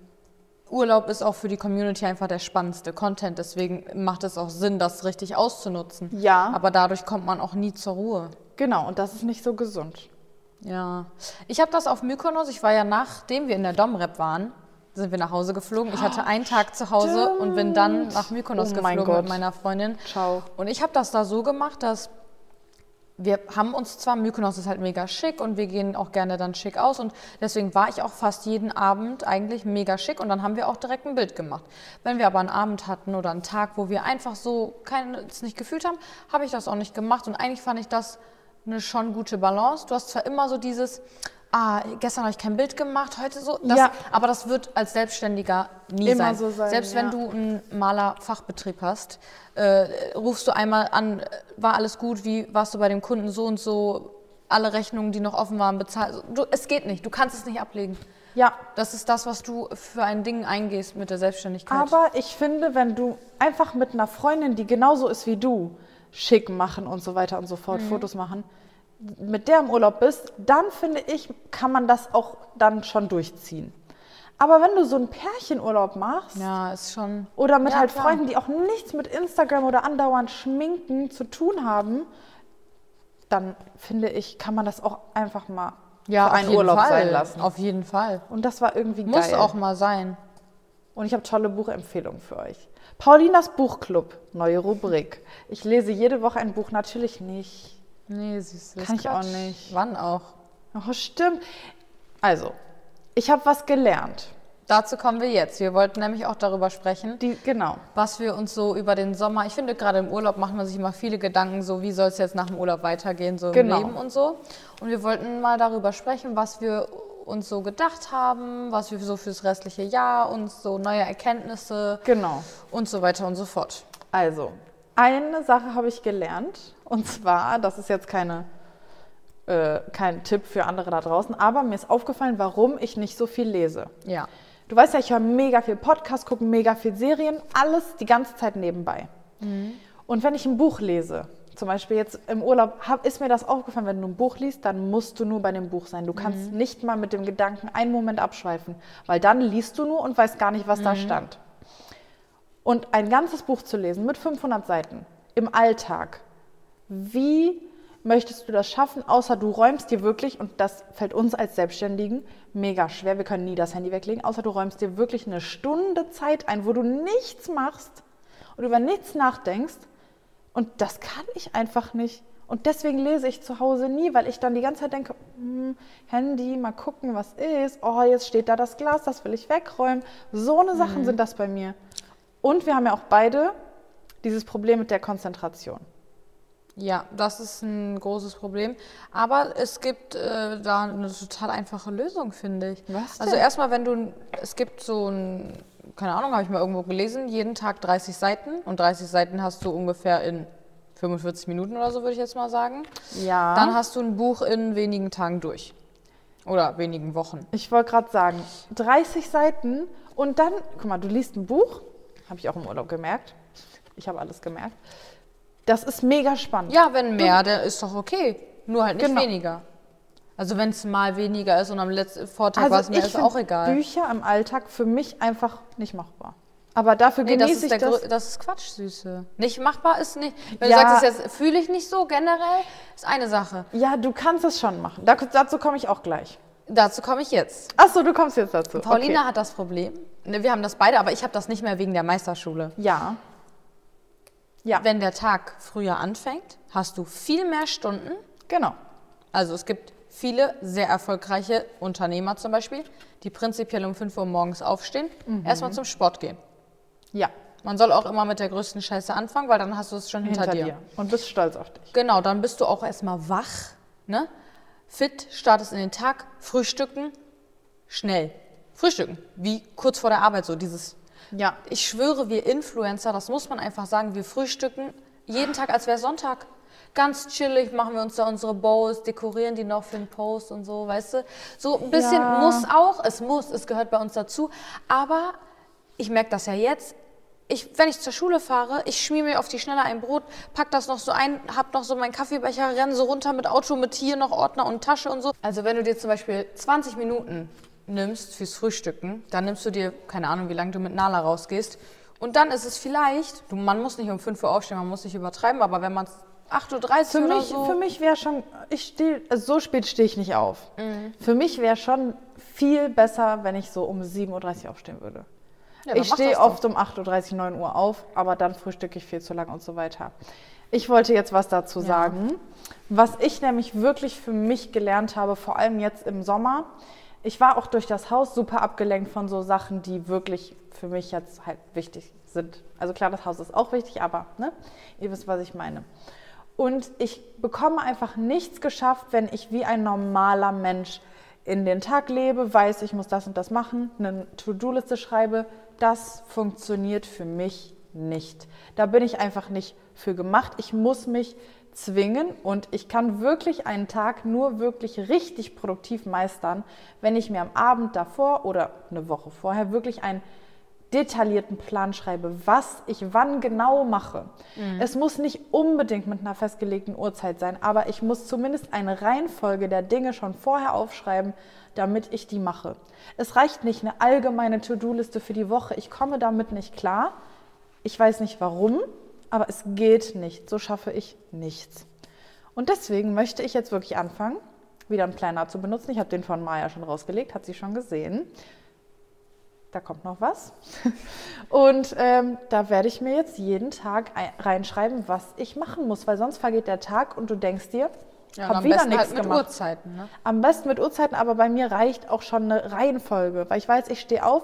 S1: Urlaub ist auch für die Community einfach der spannendste Content. Deswegen macht es auch Sinn, das richtig auszunutzen.
S2: Ja.
S1: Aber dadurch kommt man auch nie zur Ruhe.
S2: Genau, und das ist nicht so gesund.
S1: Ja. Ich habe das auf Mykonos. Ich war ja nachdem wir in der Domrep waren, sind wir nach Hause geflogen. Ich hatte einen Tag zu Hause und bin dann nach Mykonos
S2: Oh mein
S1: geflogen
S2: Gott.
S1: mit meiner Freundin.
S2: Ciao.
S1: Und ich habe das da so gemacht, dass wir haben uns zwar, Mykonos ist halt mega schick und wir gehen auch gerne dann schick aus und deswegen war ich auch fast jeden Abend eigentlich mega schick und dann haben wir auch direkt ein Bild gemacht. Wenn wir aber einen Abend hatten oder einen Tag, wo wir einfach so kein- es nicht gefühlt haben, habe ich das auch nicht gemacht und eigentlich fand ich das eine schon gute Balance. Du hast zwar immer so dieses, ah, gestern habe ich kein Bild gemacht, heute so, das,
S2: Ja.
S1: aber das wird als Selbstständiger nie
S2: Immer
S1: sein.
S2: so sein,
S1: Selbst
S2: ja.
S1: wenn du einen Malerfachbetrieb hast, äh, rufst du einmal an, äh, war alles gut, wie warst du bei dem Kunden so und so, alle Rechnungen, die noch offen waren, bezahlt. Du, es geht nicht, du kannst es nicht ablegen.
S2: Ja,
S1: Das ist das, was du für ein Ding eingehst mit der Selbstständigkeit.
S2: aber ich finde, wenn du einfach mit einer Freundin, die genauso ist wie du, schick machen und so weiter und so fort,
S1: Mhm.
S2: Fotos machen, mit der im Urlaub bist, dann finde ich, kann man das auch dann schon durchziehen. Aber wenn du so einen Pärchenurlaub machst,
S1: ja, ist schon.
S2: oder mit
S1: Ja,
S2: halt
S1: klar.
S2: Freunden, die auch nichts mit Instagram oder andauernd Schminken zu tun haben, dann finde ich, kann man das auch einfach mal
S1: Ja,
S2: für einen
S1: auf jeden
S2: Urlaub
S1: Fall.
S2: sein lassen.
S1: Auf jeden Fall.
S2: Und das war irgendwie geil.
S1: Muss auch mal sein.
S2: Und ich habe tolle Buchempfehlungen für euch. Paulinas Buchclub, neue Rubrik. Ich lese jede Woche ein Buch, natürlich nicht.
S1: Nee, süß.
S2: Kann ich auch nicht.
S1: Wann auch?
S2: Oh, stimmt. Also, ich habe was gelernt.
S1: Dazu kommen wir jetzt. Wir wollten nämlich auch darüber sprechen,
S2: Die, genau.
S1: was wir uns so über den Sommer, ich finde gerade im Urlaub macht man sich immer viele Gedanken, so wie soll es jetzt nach dem Urlaub weitergehen, so
S2: Genau.
S1: im Leben und so. Und wir wollten mal darüber sprechen, was wir uns so gedacht haben, was wir so fürs restliche Jahr uns so neue Erkenntnisse
S2: Genau.
S1: und so weiter und so fort.
S2: Also, eine Sache habe ich gelernt. Und zwar, das ist jetzt keine, äh, kein Tipp für andere da draußen, aber mir ist aufgefallen, warum ich nicht so viel lese.
S1: Ja.
S2: Du weißt ja, ich höre mega viel Podcast, gucke mega viel Serien, alles die ganze Zeit nebenbei. Und wenn ich ein Buch lese, zum Beispiel jetzt im Urlaub, hab, ist mir das aufgefallen, wenn du ein Buch liest, dann musst du nur bei dem Buch sein. Du kannst nicht mal mit dem Gedanken einen Moment abschweifen, weil dann liest du nur und weißt gar nicht, was da stand. Und ein ganzes Buch zu lesen mit 500 Seiten im Alltag, wie möchtest du das schaffen, außer du räumst dir wirklich, und das fällt uns als Selbstständigen mega schwer, wir können nie das Handy weglegen, außer du räumst dir wirklich eine Stunde Zeit ein, wo du nichts machst und über nichts nachdenkst. Und das kann ich einfach nicht. Und deswegen lese ich zu Hause nie, weil ich dann die ganze Zeit denke, hm, Handy, mal gucken, was ist. Oh, jetzt steht da das Glas, das will ich wegräumen. So eine Sachen sind das bei mir. Und wir haben ja auch beide dieses Problem mit der Konzentration.
S1: Ja, das ist ein großes Problem. Aber es gibt äh, da eine total einfache Lösung, finde ich.
S2: Was
S1: Also
S2: denn?
S1: erstmal, wenn du, es gibt so ein, keine Ahnung, habe ich mal irgendwo gelesen, jeden Tag 30 Seiten und 30 Seiten hast du ungefähr in 45 Minuten oder so, würde ich jetzt mal sagen.
S2: Ja.
S1: Dann hast du ein Buch in wenigen Tagen durch. Oder wenigen Wochen.
S2: Ich wollte gerade sagen, 30 Seiten und dann, guck mal, du liest ein Buch, habe ich auch im Urlaub gemerkt. Ich habe alles gemerkt. Das ist mega spannend.
S1: Ja, wenn mehr, dann ist doch okay. Nur halt nicht
S2: Genau.
S1: weniger. Also wenn es mal weniger ist und am letzten Vortag war es
S2: also
S1: mehr,
S2: ich
S1: ist
S2: finde
S1: auch egal.
S2: Bücher im Alltag für mich einfach nicht machbar. Aber dafür
S1: Nee, das
S2: genieße
S1: ist,
S2: ich
S1: der
S2: das.
S1: Grö- das ist Quatsch, Süße. Nicht machbar ist nicht. Wenn
S2: Ja.
S1: du sagst, das jetzt fühle ich nicht so generell, ist eine Sache.
S2: Ja, du kannst es schon machen. Da, dazu komme ich auch gleich.
S1: Dazu komme ich jetzt.
S2: Achso, du kommst jetzt dazu.
S1: Paulina hat das Problem. Ne, Wir haben das beide, aber ich habe das nicht mehr wegen der Meisterschule.
S2: Okay. Ja. Ja,
S1: Wenn der Tag früher anfängt, hast du viel mehr Stunden.
S2: genau.
S1: Also es gibt viele sehr erfolgreiche Unternehmer zum Beispiel, die prinzipiell um 5 Uhr morgens aufstehen,
S2: Mhm.
S1: erstmal zum Sport gehen.
S2: Ja,
S1: Man soll auch immer mit der größten Scheiße anfangen, weil dann hast du es schon hinter,
S2: hinter
S1: dir.
S2: dir. Und bist stolz auf dich.
S1: Genau, dann bist du auch erstmal wach, ne? Fit, startest in den Tag, frühstücken, schnell. Frühstücken, wie kurz vor der Arbeit, so dieses.
S2: Ja.
S1: Ich schwöre, wir Influencer, das muss man einfach sagen, wir frühstücken jeden Tag, als wäre Sonntag. Ganz chillig machen wir uns da unsere Bows, dekorieren die noch für den Post und so, weißt du? So ein bisschen
S2: Ja.
S1: muss auch, es muss, es gehört bei uns dazu. Aber ich merke das ja jetzt. Ich, wenn ich zur Schule fahre, ich schmier mir auf die Schnelle ein Brot, pack das noch so ein, hab noch so meinen Kaffeebecher, renn so runter mit Auto, mit hier noch Ordner und Tasche und so. Also wenn du dir zum Beispiel 20 Minuten nimmst fürs Frühstücken, dann nimmst du dir, keine Ahnung, wie lange du mit Nala rausgehst. Und dann ist es vielleicht, du, man muss nicht um 5 Uhr aufstehen, man muss nicht übertreiben, aber wenn man 8.30
S2: Für
S1: Uhr oder
S2: mich,
S1: so...
S2: für mich wäre schon, ich stehe, also so spät stehe ich nicht auf.
S1: Mhm.
S2: Für mich wäre schon viel besser, wenn ich so um 7.30 Uhr aufstehen würde.
S1: Ja, dann
S2: ich
S1: mach das
S2: stehe
S1: doch.
S2: oft um 8.30 Uhr, 9 Uhr auf, aber dann frühstücke ich viel zu lang und so weiter. Ich wollte jetzt was dazu sagen. Was ich nämlich wirklich für mich gelernt habe, vor allem jetzt im Sommer, ich war auch durch das Haus super abgelenkt von so Sachen, die wirklich für mich jetzt halt wichtig sind. Also klar, das Haus ist auch wichtig, aber ne, ihr wisst, was ich meine. Und ich bekomme einfach nichts geschafft, wenn ich wie ein normaler Mensch in den Tag lebe, weiß, ich muss das und das machen, eine To-Do-Liste schreibe. Das funktioniert für mich nicht. Da bin ich einfach nicht für gemacht. Ich muss mich zwingen und ich kann wirklich einen Tag nur wirklich richtig produktiv meistern, wenn ich mir am Abend davor oder eine Woche vorher wirklich einen detaillierten Plan schreibe, was ich wann genau mache. Es muss nicht unbedingt mit einer festgelegten Uhrzeit sein, aber ich muss zumindest eine Reihenfolge der Dinge schon vorher aufschreiben, damit ich die mache. Es reicht nicht eine allgemeine To-Do-Liste für die Woche. Ich komme damit nicht klar. Ich weiß nicht warum, aber es geht nicht. So schaffe ich nichts. Und deswegen möchte ich jetzt wirklich anfangen, wieder einen Planner zu benutzen. Ich habe den von Maya schon rausgelegt, hat sie schon gesehen da kommt noch was. [LAUGHS] Und ähm, da werde ich mir jetzt jeden Tag ein- reinschreiben, was ich machen muss, weil sonst vergeht der Tag und du denkst dir,
S1: Ja, und
S2: hab
S1: am
S2: wieder
S1: besten
S2: nichts
S1: halt mit
S2: gemacht.
S1: Uhrzeiten, ne?
S2: Am besten mit Uhrzeiten, aber bei mir reicht auch schon eine Reihenfolge, weil ich weiß, ich stehe auf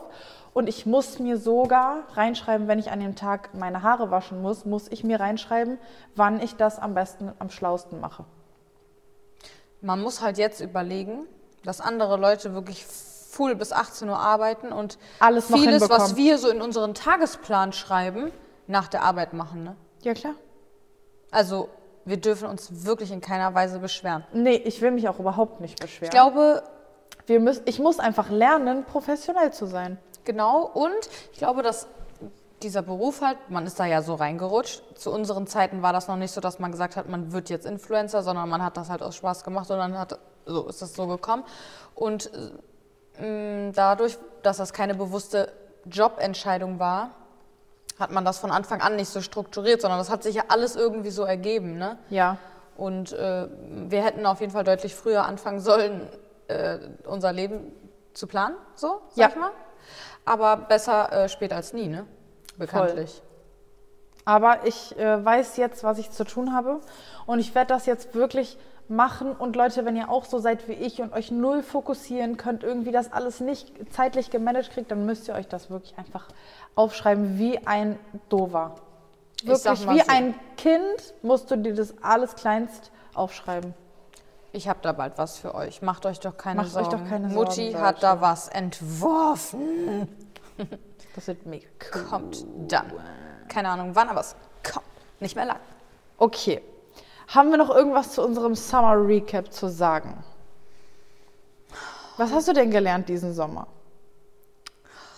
S2: und ich muss mir sogar reinschreiben, wenn ich an dem Tag meine Haare waschen muss, muss ich mir reinschreiben, wann ich das am besten, am schlausten mache.
S1: Man muss halt jetzt überlegen, dass andere Leute wirklich full bis 18 Uhr arbeiten und
S2: Alles noch
S1: vieles, was
S2: hinbekommen.
S1: wir so in unseren Tagesplan schreiben, nach der Arbeit machen. Ne?
S2: Ja, klar.
S1: Also wir dürfen uns wirklich in keiner Weise beschweren.
S2: Nee, ich will mich auch überhaupt nicht beschweren.
S1: Ich glaube,
S2: Wir müssen, ich muss einfach lernen, professionell zu sein.
S1: genau, und ich glaube, dass dieser Beruf halt, man ist da ja so reingerutscht. Zu unseren Zeiten war das noch nicht so, dass man gesagt hat, man wird jetzt Influencer, sondern man hat das halt aus Spaß gemacht und dann hat, so ist das so gekommen. Und ähm, dadurch, dass das keine bewusste Jobentscheidung war, hat man das von Anfang an nicht so strukturiert, sondern das hat sich ja alles irgendwie so ergeben. Ne?
S2: Ja.
S1: Und äh, wir hätten auf jeden Fall deutlich früher anfangen sollen, äh, unser Leben zu planen, so, sag
S2: Ja.
S1: ich mal. Aber besser äh, spät als nie, ne? Bekanntlich.
S2: Aber ich äh, weiß jetzt, was ich zu tun habe. Und ich werde das jetzt wirklich machen. Und Leute, wenn ihr auch so seid wie ich und euch null fokussieren könnt, irgendwie das alles nicht zeitlich gemanagt kriegt, dann müsst ihr euch das wirklich einfach aufschreiben wie ein Dover.
S1: Ich sag
S2: Wirklich
S1: mal
S2: wie
S1: so.
S2: ein Kind musst du dir das alles kleinst aufschreiben.
S1: Ich habe da bald was für euch. Macht euch doch keine
S2: Macht euch
S1: Sorgen.
S2: doch keine
S1: Mutti
S2: Sorgen,
S1: hat da was entworfen.
S2: Das wird mega cool.
S1: Kommt dann. Keine Ahnung wann, aber es kommt. Nicht mehr lang.
S2: Okay. Haben wir noch irgendwas zu unserem Summer Recap zu sagen? Was hast du denn gelernt diesen Sommer?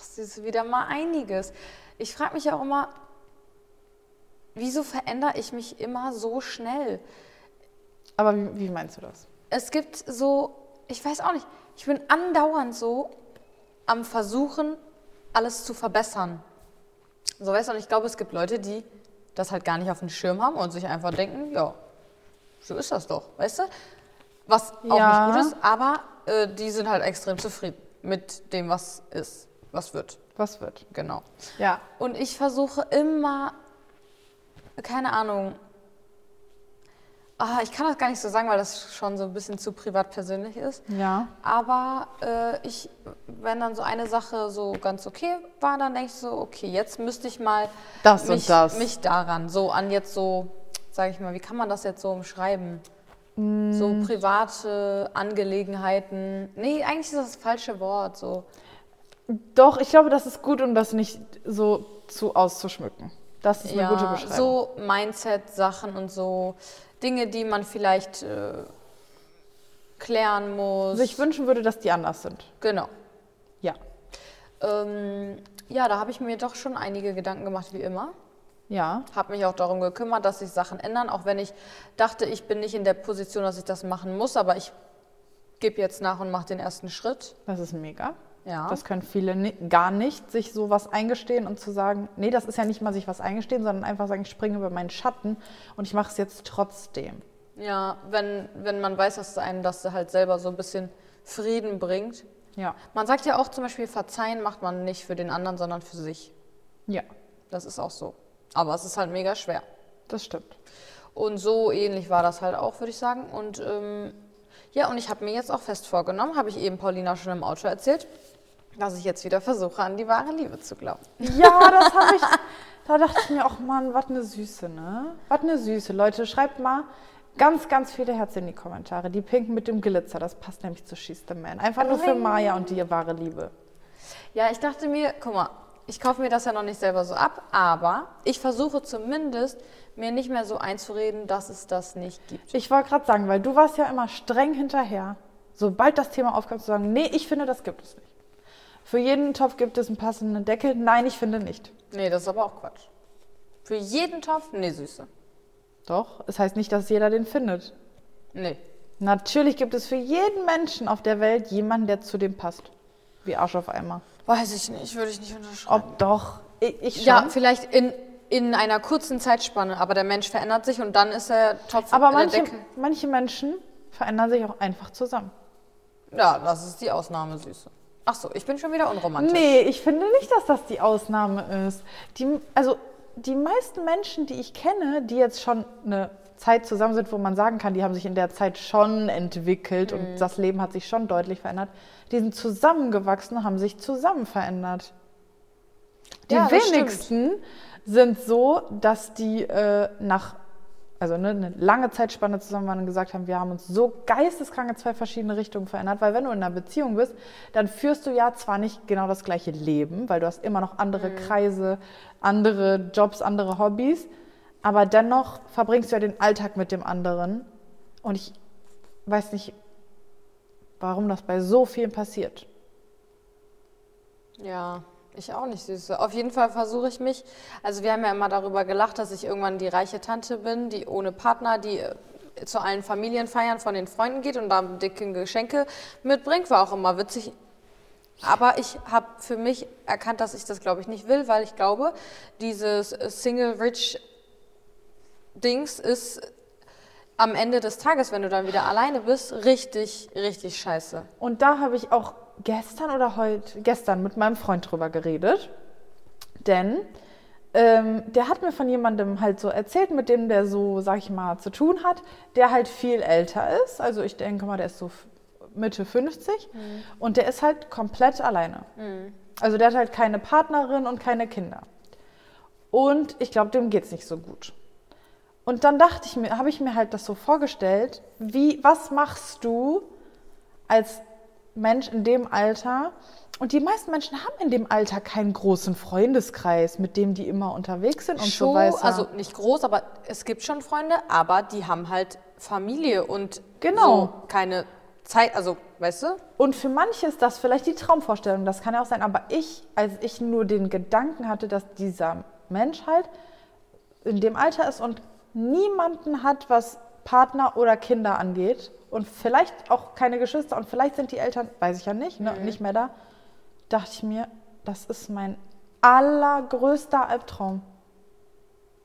S1: Es ist wieder mal einiges. Ich frage mich auch immer, wieso verändere ich mich immer so schnell?
S2: Aber wie, wie meinst du das?
S1: Es gibt so, ich weiß auch nicht, ich bin andauernd so am Versuchen, alles zu verbessern. So weißt du, und ich glaube, es gibt Leute, die das halt gar nicht auf dem Schirm haben und sich einfach denken, ja, so ist das doch, weißt du? Was auch
S2: Ja.
S1: nicht gut ist, aber äh, die sind halt extrem zufrieden mit dem, was ist, was wird.
S2: Was wird?
S1: Genau.
S2: Ja.
S1: Und ich versuche immer, keine Ahnung, ah, ich kann das gar nicht so sagen, weil das schon so ein bisschen zu privat persönlich ist.
S2: Ja.
S1: Aber äh, ich, wenn dann so eine Sache so ganz okay war, dann denke ich so, okay, jetzt müsste ich mal
S2: Das und
S1: mich,
S2: das.
S1: mich daran, so an jetzt so, sage ich mal, wie kann man das jetzt so umschreiben? So
S2: Mm.
S1: private Angelegenheiten. Nee, eigentlich ist das, das falsche Wort. So.
S2: Doch, ich glaube, das ist gut, um das nicht so zu auszuschmücken. Das ist eine
S1: ja,
S2: gute Beschreibung.
S1: so Mindset-Sachen und so Dinge, die man vielleicht äh, klären muss.
S2: Also ich wünschen würde, dass die anders sind.
S1: genau.
S2: Ja.
S1: Ähm, ja, da habe ich mir doch schon einige Gedanken gemacht, wie immer.
S2: Ja.
S1: Habe mich auch darum gekümmert, dass sich Sachen ändern, auch wenn ich dachte, ich bin nicht in der Position, dass ich das machen muss, aber ich gebe jetzt nach und mache den ersten Schritt.
S2: Das ist mega.
S1: Ja.
S2: Das können viele ni gar nicht, sich sowas eingestehen und zu sagen, nee, das ist ja nicht mal sich was eingestehen, sondern einfach sagen, ich springe über meinen Schatten und ich mache es jetzt trotzdem.
S1: ja, wenn, wenn man weiß, dass einem das halt selber so ein bisschen Frieden bringt.
S2: Ja.
S1: Man sagt ja auch zum Beispiel, verzeihen macht man nicht für den anderen, sondern für sich.
S2: Ja,
S1: Das ist auch so. Aber es ist halt mega schwer.
S2: das stimmt.
S1: Und so ähnlich war das halt auch, würde ich sagen. Und ähm, ja, und ich habe mir jetzt auch fest vorgenommen, habe ich eben Paulina schon im Auto erzählt, dass ich jetzt wieder versuche, an die wahre Liebe zu glauben.
S2: Ja, das habe ich. Da dachte ich mir auch, Mann, was eine Süße, ne? Was eine Süße. Leute, schreibt mal ganz, ganz viele Herzen in die Kommentare. Die Pink mit dem Glitzer, das passt nämlich zu She's the Man. Einfach nur für Maya und die wahre Liebe.
S1: Ja, ich dachte mir, guck mal, ich kaufe mir das ja noch nicht selber so ab, aber ich versuche zumindest, mir nicht mehr so einzureden, dass es das nicht gibt.
S2: Ich wollte gerade sagen, weil du warst ja immer streng hinterher, sobald das Thema aufkam, zu sagen, nee, ich finde, das gibt es nicht. Für jeden Topf gibt es einen passenden Deckel. Nein, ich finde nicht.
S1: Nee, das ist aber auch Quatsch. Für jeden Topf? Nee, Süße.
S2: Doch, es heißt nicht, dass jeder den findet.
S1: Nee.
S2: Natürlich gibt es für jeden Menschen auf der Welt jemanden, der zu dem passt. Wie Arsch auf Eimer.
S1: Weiß ich nicht, würde ich nicht unterschreiben.
S2: Ob doch. Ich, ich schon.
S1: Ja, vielleicht in, in einer kurzen Zeitspanne, aber der Mensch verändert sich und dann ist er Topf
S2: Aber
S1: in der
S2: manche,
S1: Decke.
S2: manche Menschen verändern sich auch einfach zusammen.
S1: Ja, das ist die Ausnahme, Süße. Ach so, ich bin schon wieder unromantisch.
S2: Nee, ich finde nicht, dass das die Ausnahme ist. Die, also die meisten Menschen, die ich kenne, die jetzt schon eine Zeit zusammen sind, wo man sagen kann, die haben sich in der Zeit schon entwickelt und das Leben hat sich schon deutlich verändert, die sind zusammengewachsen, haben sich zusammen verändert. Die
S1: Ja, das
S2: wenigsten sind so, dass die äh, nach, also ne, eine lange Zeitspanne zusammen waren und gesagt haben, wir haben uns so geisteskrank in zwei verschiedene Richtungen verändert, weil wenn du in einer Beziehung bist, dann führst du ja zwar nicht genau das gleiche Leben, weil du hast immer noch andere
S1: Mhm.
S2: Kreise, andere Jobs, andere Hobbys, aber dennoch verbringst du ja den Alltag mit dem anderen und ich weiß nicht, warum das bei so vielen passiert.
S1: Ja, ich auch nicht, Süße. Auf jeden Fall versuche ich mich. Also, wir haben ja immer darüber gelacht, dass ich irgendwann die reiche Tante bin, die ohne Partner, die äh, zu allen Familienfeiern von den Freunden geht und da dicke Geschenke mitbringt. War auch immer witzig. Aber ich habe für mich erkannt, dass ich das, glaube ich, nicht will, weil ich glaube, dieses Single-Rich-Dings ist am Ende des Tages, wenn du dann wieder alleine bist, richtig, richtig scheiße.
S2: Und da habe ich auch gestern oder heute, gestern mit meinem Freund drüber geredet. Denn ähm, der hat mir von jemandem halt so erzählt, mit dem der so, sag ich mal, zu tun hat, der halt viel älter ist. Also ich denke mal, der ist so f- Mitte 50 und der ist halt komplett alleine. Also der hat halt keine Partnerin und keine Kinder. Und ich glaube, dem geht's nicht so gut. Und dann dachte ich mir, habe ich mir halt das so vorgestellt, wie, was machst du als Mensch in dem Alter? Und die meisten Menschen haben in dem Alter keinen großen Freundeskreis, mit dem die immer unterwegs sind und so
S1: Schon,
S2: weiter.
S1: also nicht groß, aber es gibt schon Freunde, aber die haben halt Familie und
S2: Genau.
S1: so keine Zeit, also weißt du?
S2: Und für manche ist das vielleicht die Traumvorstellung, das kann ja auch sein. Aber ich, als ich nur den Gedanken hatte, dass dieser Mensch halt in dem Alter ist und niemanden hat, was Partner oder Kinder angeht und vielleicht auch keine Geschwister und vielleicht sind die Eltern, weiß ich ja nicht, ne, nicht mehr da, dachte ich mir, das ist mein allergrößter Albtraum.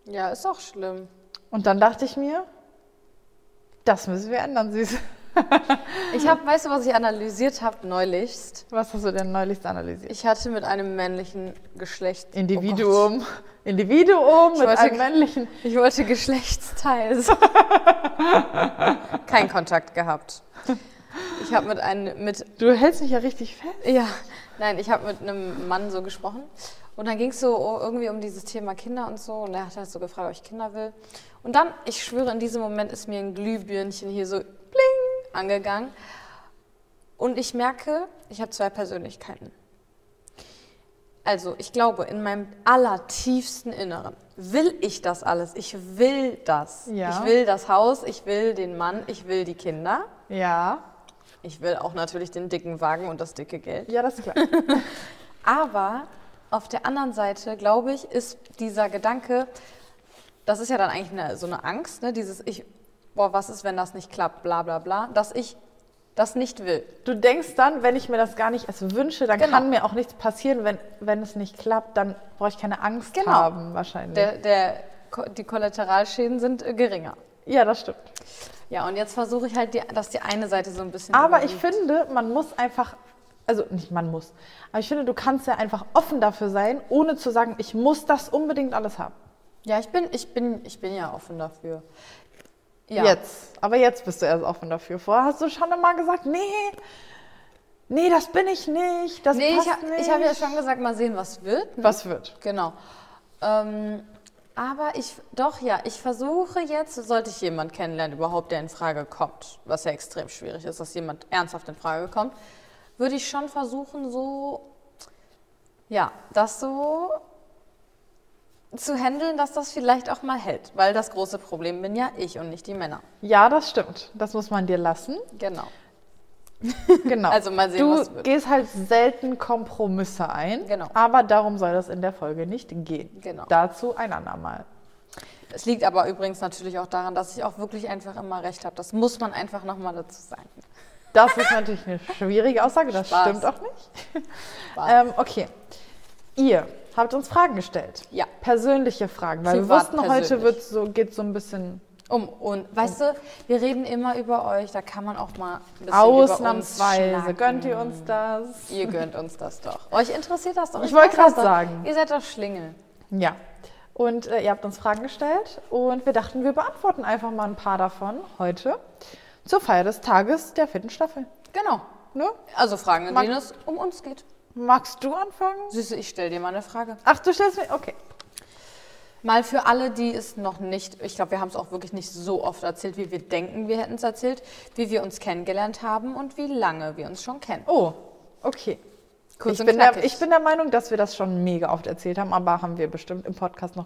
S1: Ja, ist auch schlimm.
S2: Und dann dachte ich mir, das müssen wir ändern, Süße.
S1: Ich habe, weißt du, was ich analysiert habe neulichst?
S2: Was hast du denn neulich analysiert?
S1: Ich hatte mit einem männlichen Geschlecht. Oh
S2: Individuum. Individuum mit
S1: wollte
S2: einem
S1: g-
S2: männlichen.
S1: Gott, ich wollte Geschlechtsteils. [LAUGHS] Kein Kontakt gehabt. Ich habe mit einem mit
S2: Du hältst mich ja richtig fest.
S1: Ja, nein, ich habe mit einem Mann so gesprochen. Und dann ging es so irgendwie um dieses Thema Kinder und so. Und er hat halt so gefragt, ob ich Kinder will. Und dann, ich schwöre, in diesem Moment ist mir ein Glühbirnchen hier so bling angegangen. Und ich merke, ich habe zwei Persönlichkeiten. Also, ich glaube, in meinem allertiefsten Inneren will ich das alles. Ich will das.
S2: Ja.
S1: Ich will das Haus, ich will den Mann, ich will die Kinder.
S2: Ja.
S1: Ich will auch natürlich den dicken Wagen und das dicke Geld.
S2: Ja, das ist klar.
S1: Aber auf der anderen Seite, glaube ich, ist dieser Gedanke, das ist ja dann eigentlich eine, so eine Angst, ne? dieses Ich, boah, was ist, wenn das nicht klappt, bla bla bla, dass ich das nicht will.
S2: Du denkst dann, wenn ich mir das gar nicht erst wünsche, dann
S1: Genau.
S2: kann mir auch nichts passieren. Wenn, wenn es nicht klappt, dann brauche ich keine Angst
S1: Genau.
S2: haben wahrscheinlich.
S1: Der, der, Ko- die Kollateralschäden sind äh, geringer.
S2: ja, das stimmt.
S1: Ja, und jetzt versuche ich halt, die, dass die eine Seite so ein bisschen.
S2: Aber ich
S1: überwiegt.
S2: finde, man muss einfach, also nicht man muss, aber ich finde, du kannst ja einfach offen dafür sein, ohne zu sagen, ich muss das unbedingt alles haben.
S1: Ja, ich bin, ich, bin, ich bin ja offen dafür. Ja.
S2: Jetzt. Aber jetzt bist du erst offen dafür. Vorher hast du schon immer gesagt, nee, nee, das bin ich nicht. Das
S1: Nee,
S2: passt
S1: ich, ha-
S2: nicht.
S1: ich habe ja schon gesagt, mal sehen, was wird. ne?
S2: Was wird?
S1: Genau. Ähm, aber ich, doch ja, ich versuche jetzt, sollte ich jemanden kennenlernen überhaupt, der in Frage kommt, was ja extrem schwierig ist, dass jemand ernsthaft in Frage kommt, würde ich schon versuchen, so, ja, das so zu handeln, dass das vielleicht auch mal hält, weil das große Problem bin ja ich und nicht die Männer.
S2: Ja, das stimmt. Das muss man
S1: [LAUGHS]
S2: dir lassen.
S1: Genau.
S2: Genau.
S1: Also mal sehen,
S2: du
S1: was wird.
S2: gehst halt selten Kompromisse ein.
S1: Genau.
S2: Aber darum soll das in der Folge nicht gehen.
S1: Genau.
S2: Dazu ein andermal.
S1: Es liegt aber übrigens natürlich auch daran, dass ich auch wirklich einfach immer recht habe. Das muss man einfach nochmal dazu sagen.
S2: Das ist natürlich eine schwierige Aussage. Das
S1: Spaß.
S2: stimmt auch nicht.
S1: Spaß.
S2: Ähm, okay. Ihr habt uns Fragen gestellt.
S1: Ja.
S2: Persönliche Fragen. Weil wir
S1: Privat
S2: wussten, heute
S1: persönlich.
S2: wird's so, geht so ein bisschen
S1: Um und weißt du, wir reden immer über euch, da kann man auch mal ein bisschen über uns
S2: Ausnahmsweise
S1: schnacken.
S2: gönnt ihr uns das.
S1: Ihr gönnt uns das doch. [LAUGHS] Euch interessiert das doch.
S2: Ich wollte
S1: weiß das
S2: gerade
S1: doch.
S2: sagen.
S1: Ihr seid doch Schlingel.
S2: Ja. Und äh, ihr habt uns Fragen gestellt und wir dachten, wir beantworten einfach mal ein paar davon heute zur Feier des Tages der vierten Staffel.
S1: Genau.
S2: Ne?
S1: Also Fragen, in
S2: Mag-
S1: denen es um uns geht.
S2: Magst du anfangen?
S1: Süße, ich stell dir mal eine Frage.
S2: Ach, du stellst mir. Okay.
S1: Mal für alle, die es noch nicht, ich glaube, wir haben es auch wirklich nicht so oft erzählt, wie wir denken, wir hätten es erzählt, wie wir uns kennengelernt haben und wie lange wir uns schon kennen.
S2: Oh, okay.
S1: Kurz
S2: ich,
S1: und
S2: bin der,
S1: knackig.
S2: ich bin der Meinung, dass wir das schon mega oft erzählt haben, aber haben wir bestimmt im Podcast noch.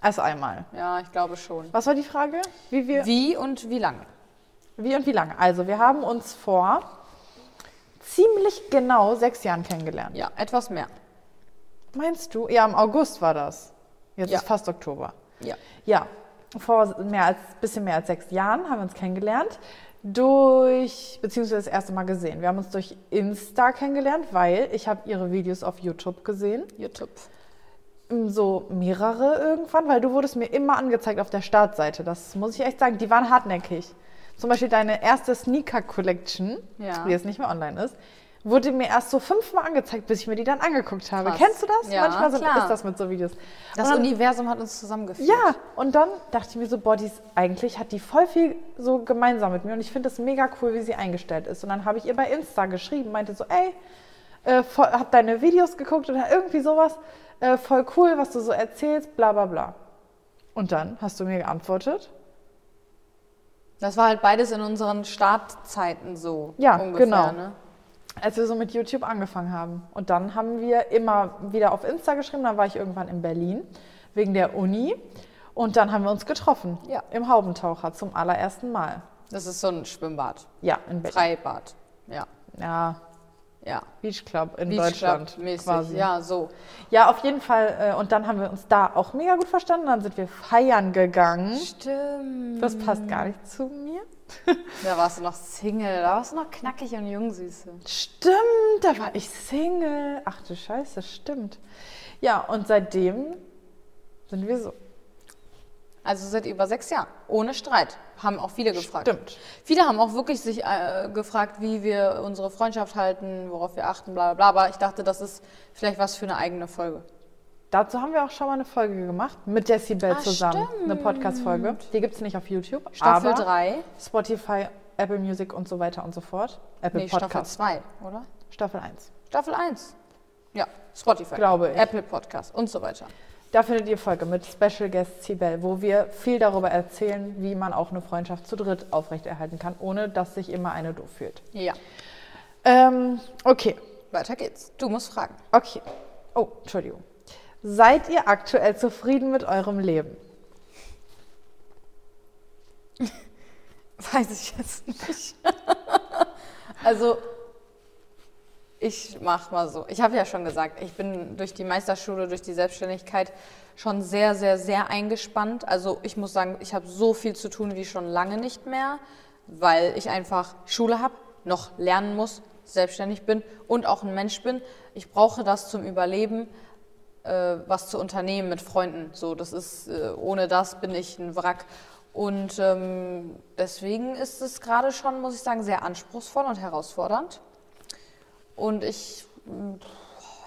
S2: Also einmal.
S1: Ja, ich glaube schon.
S2: Was war die Frage? Wie wir.
S1: Wie und wie lange?
S2: Wie und wie lange? Also, wir haben uns vor ziemlich genau sechs Jahren kennengelernt.
S1: Ja, etwas mehr.
S2: Meinst du? Ja, im August war das. Jetzt
S1: Ja.
S2: ist fast Oktober.
S1: Ja.
S2: Ja, vor mehr als bisschen mehr als sechs Jahren haben wir uns kennengelernt. Durch, beziehungsweise das erste Mal gesehen. Wir haben uns durch Insta kennengelernt, weil ich habe ihre Videos auf YouTube gesehen.
S1: YouTube.
S2: mm, so mehrere irgendwann, weil du wurdest mir immer angezeigt auf der Startseite. Das muss ich echt sagen, die waren hartnäckig. Zum Beispiel deine erste Sneaker-Collection,
S1: Ja.
S2: die jetzt nicht mehr online ist, wurde mir erst so fünfmal angezeigt, bis ich mir die dann angeguckt habe.
S1: Krass.
S2: Kennst du das?
S1: Ja,
S2: Manchmal sind,
S1: klar.
S2: ist das mit so Videos.
S1: Das
S2: Und dann-
S1: Universum hat uns zusammengeführt.
S2: ja, und dann dachte ich mir so, boah, die ist, eigentlich hat die voll viel so gemeinsam mit mir und ich finde das mega cool, wie sie eingestellt ist. Und dann habe ich ihr bei Insta geschrieben, meinte so, ey, äh, voll, hab deine Videos geguckt oder irgendwie sowas, äh, voll cool, was du so erzählst, bla bla bla. Und dann hast du mir geantwortet,
S1: Das war halt beides in unseren Startzeiten so.
S2: Ja,
S1: ungefähr,
S2: genau.
S1: Ne?
S2: als wir so mit YouTube angefangen haben. Und dann haben wir immer wieder auf Insta geschrieben, dann war ich irgendwann in Berlin wegen der Uni und dann haben wir uns getroffen
S1: Ja.
S2: im Haubentaucher zum allerersten Mal.
S1: Das ist so ein Schwimmbad,
S2: Ja, in Berlin.
S1: Freibad. Ja,
S2: Ja,
S1: ja.
S2: Beach Club in
S1: Beach
S2: Deutschland.
S1: Club-mäßig,
S2: quasi.
S1: Ja, so.
S2: ja, auf jeden Fall. äh, Und dann haben wir uns da auch mega gut verstanden. Dann sind wir feiern gegangen.
S1: Stimmt.
S2: Das passt gar nicht zu mir.
S1: Da warst du noch Single, da warst du noch knackig und jung, Süße.
S2: Stimmt, da war ich Single. Ach du Scheiße, stimmt. Ja, und seitdem sind wir so.
S1: Also seit über sechs Jahren, ohne Streit, haben auch viele gefragt.
S2: Stimmt.
S1: Viele haben auch wirklich sich äh, gefragt, wie wir unsere Freundschaft halten, worauf wir achten, bla bla bla. Aber ich dachte, das ist vielleicht was für eine eigene Folge.
S2: Dazu haben wir auch schon mal eine Folge gemacht mit Decibel
S1: Ah,
S2: zusammen. Eine
S1: stimmt.
S2: Podcast-Folge. Die gibt es nicht auf YouTube.
S1: Staffel
S2: aber
S1: 3,
S2: Spotify, Apple Music und so weiter und so fort. Apple
S1: nee, Staffel
S2: Podcast.
S1: 2, oder?
S2: Staffel 1.
S1: Staffel 1. Ja, Spotify,
S2: Glaube ich.
S1: Apple Podcast und so weiter.
S2: Da findet ihr Folge mit Special Guest Sibel, wo wir viel darüber erzählen, wie man auch eine Freundschaft zu dritt aufrechterhalten kann, ohne dass sich immer eine doof fühlt.
S1: Ja,
S2: Ähm, okay,
S1: weiter geht's. Du musst fragen.
S2: okay. Oh, Entschuldigung. Seid ihr aktuell zufrieden mit eurem Leben?
S1: [LAUGHS] Weiß ich jetzt nicht. [LAUGHS] also, ich mach mal so. Ich habe ja schon gesagt, ich bin durch die Meisterschule, durch die Selbstständigkeit schon sehr, sehr, sehr eingespannt. Also, ich muss sagen, ich habe so viel zu tun wie schon lange nicht mehr, weil ich einfach Schule habe, noch lernen muss, selbstständig bin und auch ein Mensch bin. Ich brauche das zum Überleben äh, was zu unternehmen mit Freunden. So, das ist äh, ohne das bin ich ein Wrack. Und ähm, deswegen ist es gerade schon, muss ich sagen, sehr anspruchsvoll und herausfordernd. Und ich, mh,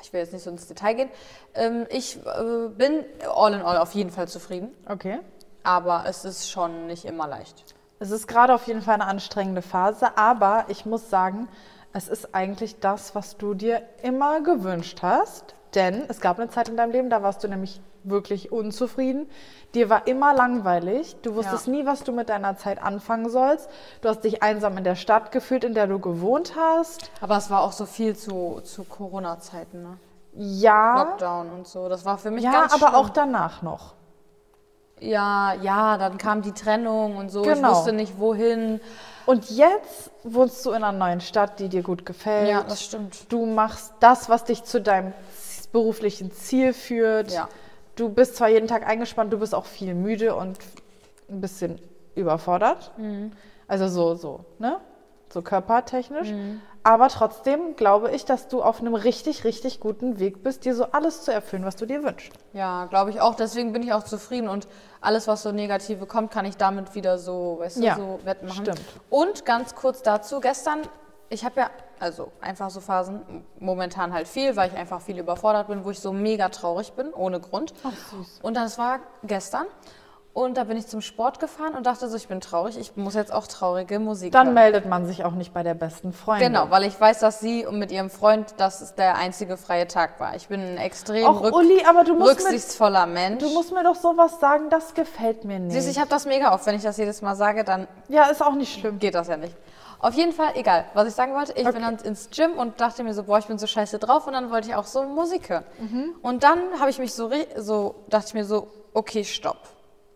S1: ich will jetzt nicht so ins Detail gehen. Ähm, ich äh, bin all in all auf jeden Fall zufrieden,
S2: Okay.
S1: aber es ist schon nicht immer leicht.
S2: Es ist gerade auf jeden Fall eine anstrengende Phase, aber ich muss sagen, es ist eigentlich das, was du dir immer gewünscht hast. Denn es gab eine Zeit in deinem Leben, da warst du nämlich wirklich unzufrieden. Dir war immer langweilig. Du wusstest
S1: Ja.
S2: nie, was du mit deiner Zeit anfangen sollst. Du hast dich einsam in der Stadt gefühlt, in der du gewohnt hast.
S1: Aber es war auch so viel zu, zu Corona-Zeiten, ne?
S2: Ja,
S1: Lockdown und so. Das war für mich
S2: ja
S1: ganz
S2: aber
S1: schlimm.
S2: auch danach noch.
S1: Ja, ja, dann kam die Trennung und so. Ich
S2: Genau.
S1: wusste nicht, wohin.
S2: Und jetzt wohnst du in einer neuen Stadt, die dir gut gefällt.
S1: Ja, das stimmt.
S2: Du machst das, was dich zu deinem z- beruflichen Ziel führt.
S1: Ja.
S2: Du bist zwar jeden Tag eingespannt, du bist auch viel müde und ein bisschen überfordert.
S1: Mhm.
S2: Also so, so, ne? So körpertechnisch.
S1: Mhm.
S2: Aber trotzdem glaube ich, dass du auf einem richtig, richtig guten Weg bist, dir so alles zu erfüllen, was du dir wünschst.
S1: Ja, glaube ich auch. Deswegen bin ich auch zufrieden und alles, was so negative kommt, kann ich damit wieder so, weißt du,
S2: Ja,
S1: so wettmachen.
S2: stimmt.
S1: Und ganz kurz dazu, gestern, ich habe ja, also einfach so Phasen, m- momentan halt viel, weil ich einfach viel überfordert bin, wo ich so mega traurig bin, ohne Grund.
S2: süß.
S1: Und das war gestern. Und da bin ich zum Sport gefahren und dachte so, ich bin traurig, ich muss jetzt auch traurige Musik
S2: Dann
S1: hören.
S2: meldet man sich auch nicht bei der besten Freundin.
S1: Genau, weil ich weiß, dass sie mit ihrem Freund, dass es der einzige freie Tag war. Ich bin ein extrem
S2: Auch
S1: rück
S2: Uli, aber du musst, mir,
S1: rücksichtsvoller Mensch.
S2: du musst mir doch sowas sagen, das gefällt mir nicht.
S1: Siehst, du, ich habe das mega oft. Wenn ich das jedes Mal sage, dann
S2: ja, ist auch nicht schlimm.
S1: geht das ja nicht. Auf jeden Fall, egal, was ich sagen wollte. Ich bin dann ins Gym und dachte mir so, boah, ich bin so scheiße drauf. Und dann wollte ich auch so Musik hören.
S2: Mhm.
S1: Und dann habe ich mich so, ri- so, dachte ich mir so, okay, stopp.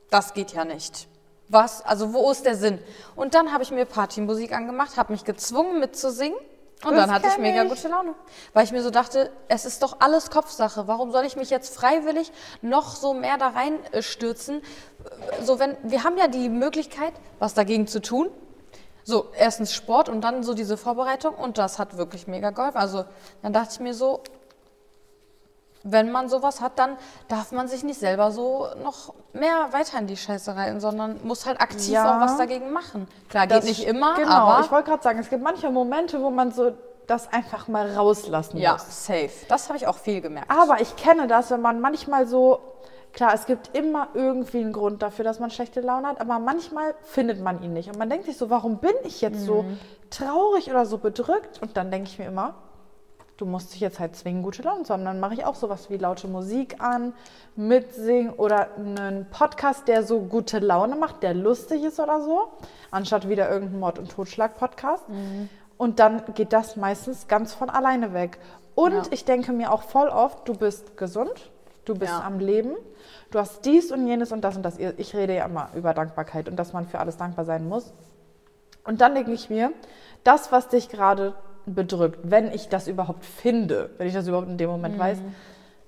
S1: Das geht ja nicht. Was? Also wo ist der Sinn? Und dann habe ich mir Partymusik angemacht, habe mich gezwungen mitzusingen. Und
S2: Das
S1: dann hatte ich
S2: kenn
S1: mega
S2: ich.
S1: gute Laune. Weil ich mir so dachte, es ist doch alles Kopfsache. Warum soll ich mich jetzt freiwillig noch so mehr da reinstürzen? So, wenn, wir haben ja die Möglichkeit, was dagegen zu tun. So, erstens Sport und dann so diese Vorbereitung und das hat wirklich mega geholfen. Also, dann dachte ich mir so, wenn man sowas hat, dann darf man sich nicht selber so noch mehr weiter in die Scheiße rein, sondern muss halt aktiv
S2: Ja.
S1: auch was dagegen machen. Klar,
S2: Das
S1: geht nicht immer,
S2: genau,
S1: aber
S2: ich wollte gerade sagen, es gibt manche Momente, wo man so das einfach mal rauslassen
S1: ja,
S2: muss.
S1: safe. Das habe ich auch viel gemerkt.
S2: Aber ich kenne das, wenn man manchmal so, klar, es gibt immer irgendwie einen Grund dafür, dass man schlechte Laune hat, aber manchmal findet man ihn nicht. Und man denkt sich so, warum bin ich jetzt so
S1: Mhm.
S2: traurig oder so bedrückt? Und dann denke ich mir immer, du musst dich jetzt halt zwingen, gute Laune zu haben. Dann mache ich auch sowas wie laute Musik an, mitsingen oder einen Podcast, der so gute Laune macht, der lustig ist oder so, anstatt wieder irgendeinen Mord- und Totschlag-Podcast.
S1: Mhm.
S2: Und dann geht das meistens ganz von alleine weg. Und
S1: Ja.
S2: ich denke mir auch voll oft, du bist gesund, du bist
S1: Ja.
S2: am Leben, du hast dies und jenes und das und das. Ich rede ja immer über Dankbarkeit und dass man für alles dankbar sein muss. Und dann denke ich mir, das, was dich gerade bedrückt, wenn ich das überhaupt finde, wenn ich das überhaupt in dem Moment
S1: Mhm.
S2: weiß,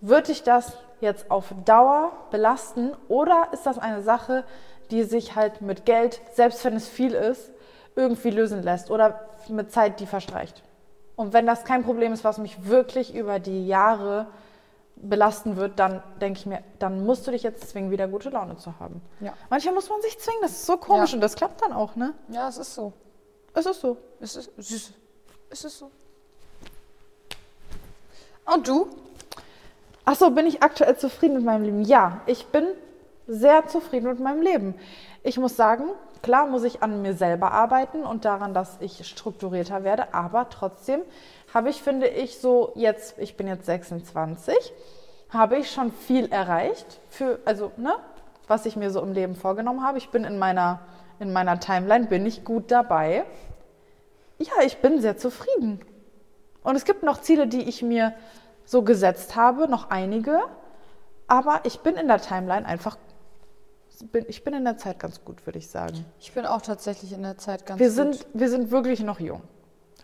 S2: wird dich das jetzt auf Dauer belasten oder ist das eine Sache, die sich halt mit Geld, selbst wenn es viel ist, irgendwie lösen lässt oder mit Zeit, die verstreicht? Und wenn das kein Problem ist, was mich wirklich über die Jahre belasten wird, dann denke ich mir, dann musst du dich jetzt zwingen, wieder gute Laune zu haben.
S1: Ja.
S2: Manchmal muss man sich zwingen, das ist so komisch
S1: Ja.
S2: und das klappt dann auch, ne?
S1: ja, es ist so.
S2: Es ist so.
S1: Es ist süß. Es ist so. Und du?
S2: Achso, bin ich aktuell zufrieden mit meinem Leben? Ja, ich bin sehr zufrieden mit meinem Leben. Ich muss sagen, klar muss ich an mir selber arbeiten und daran, dass ich strukturierter werde, aber trotzdem habe ich, finde ich, so jetzt, ich bin jetzt 26, habe ich schon viel erreicht für, also, ne, was ich mir so im Leben vorgenommen habe. Ich bin in meiner, in meiner Timeline, bin ich gut dabei. Ja, ich bin sehr zufrieden. Und es gibt noch Ziele, die ich mir so gesetzt habe, noch einige. Aber ich bin in der Timeline einfach, bin, ich bin in der Zeit ganz gut, würde ich sagen.
S1: Ich bin auch tatsächlich in der Zeit ganz
S2: Wir
S1: gut.
S2: sind, wir sind wirklich noch jung.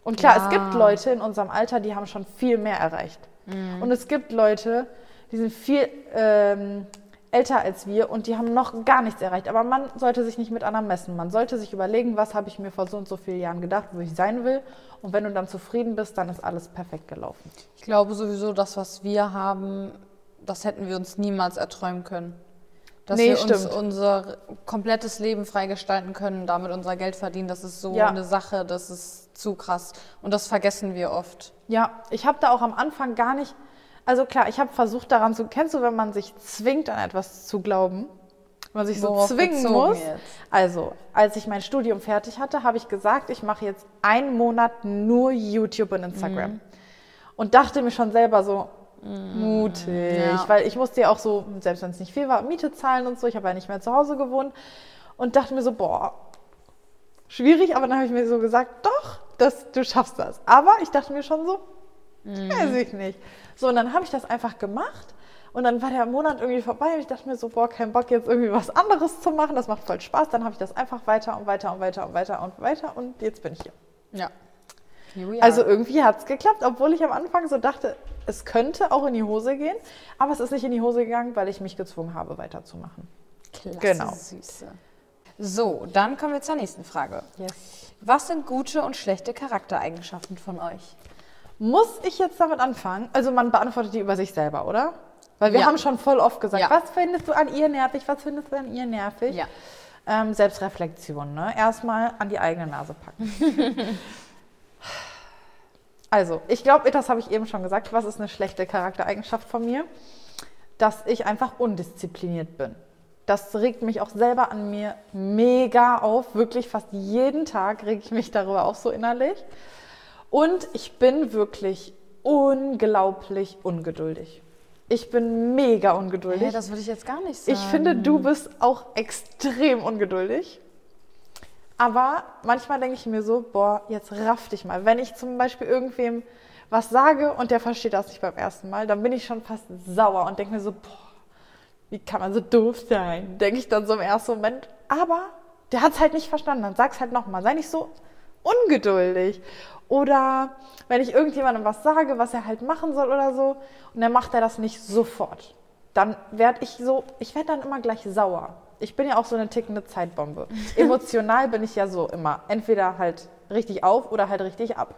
S2: Und klar, es
S1: Ja.
S2: gibt Leute in unserem Alter, die haben schon viel mehr erreicht.
S1: Mhm.
S2: Und es gibt Leute, die sind viel ähm, älter als wir und die haben noch gar nichts erreicht. Aber man sollte sich nicht mit anderen messen. Man sollte sich überlegen, was habe ich mir vor so und so vielen Jahren gedacht, wo ich sein will. Und wenn du dann zufrieden bist, dann ist alles perfekt gelaufen.
S1: Ich glaube sowieso, das, was wir haben, das hätten wir uns niemals erträumen können. Dass
S2: Nee,
S1: wir uns
S2: stimmt.
S1: unser komplettes Leben freigestalten können, damit unser Geld verdienen, das ist so
S2: Ja.
S1: eine Sache, das ist zu krass. Und das vergessen wir oft.
S2: Ja, ich habe da auch am Anfang gar nicht. Also klar, ich habe versucht daran zu. Kennst du, wenn man sich zwingt, an etwas zu glauben? Wenn man sich so
S1: Worauf
S2: zwingen
S1: bezogen
S2: muss.
S1: jetzt?
S2: Also, als ich mein Studium fertig hatte, habe ich gesagt, ich mache jetzt einen Monat nur YouTube und Instagram.
S1: Mhm.
S2: Und dachte mir schon selber so, mutig.
S1: ja.
S2: Weil ich musste ja auch so, selbst wenn es nicht viel war, Miete zahlen und so. Ich habe ja nicht mehr zu Hause gewohnt. Und dachte mir so, boah, schwierig, aber dann habe ich mir so gesagt, doch, das, du schaffst das. Aber ich dachte mir schon so, weiß ich nicht. So, und dann habe ich das einfach gemacht und dann war der Monat irgendwie vorbei und ich dachte mir so, boah, kein Bock jetzt irgendwie was anderes zu machen, das macht voll Spaß. Dann habe ich das einfach weiter und weiter und weiter und weiter und weiter und jetzt bin ich hier.
S1: Ja. Here we
S2: Also
S1: are.
S2: irgendwie hat es geklappt, obwohl ich am Anfang so dachte, es könnte auch in die Hose gehen, aber es ist nicht in die Hose gegangen, weil ich mich gezwungen habe, weiterzumachen.
S1: Klasse,
S2: genau.
S1: Süße. So, dann kommen wir zur nächsten Frage.
S2: Yes.
S1: Was sind gute und schlechte Charaktereigenschaften von euch?
S2: Muss ich jetzt damit anfangen? Also man beantwortet die über sich selber, oder? Weil wir
S1: Ja.
S2: haben schon voll oft gesagt,
S1: Ja.
S2: was findest du an ihr nervig, was findest du an ihr nervig?
S1: Ja.
S2: Ähm, Selbstreflexion, ne? Erstmal an die eigene Nase packen. also, ich glaube, das habe ich eben schon gesagt. Was ist eine schlechte Charaktereigenschaft von mir? Dass ich einfach undiszipliniert bin. Das regt mich auch selber an mir mega auf. Wirklich fast jeden Tag reg ich mich darüber auf so innerlich. Und ich bin wirklich unglaublich ungeduldig. Ich bin mega ungeduldig.
S1: Hä, das würde ich jetzt gar nicht sagen.
S2: Ich finde, du bist auch extrem ungeduldig. Aber manchmal denke ich mir so, boah, jetzt raff dich mal. Wenn ich zum Beispiel irgendwem was sage und der versteht das nicht beim ersten Mal, dann bin ich schon fast sauer und denke mir so, boah, wie kann man so doof sein? Denke ich dann so im ersten Moment. Aber der hat es halt nicht verstanden. Dann sag's halt nochmal. Sei nicht so ungeduldig. Oder wenn ich irgendjemandem was sage, was er halt machen soll oder so, und dann macht er das nicht sofort. Dann werde ich so, ich werde dann immer gleich sauer. Ich bin ja auch so eine tickende Zeitbombe. Emotional bin ich ja so immer. Entweder halt Richtig auf oder halt richtig ab.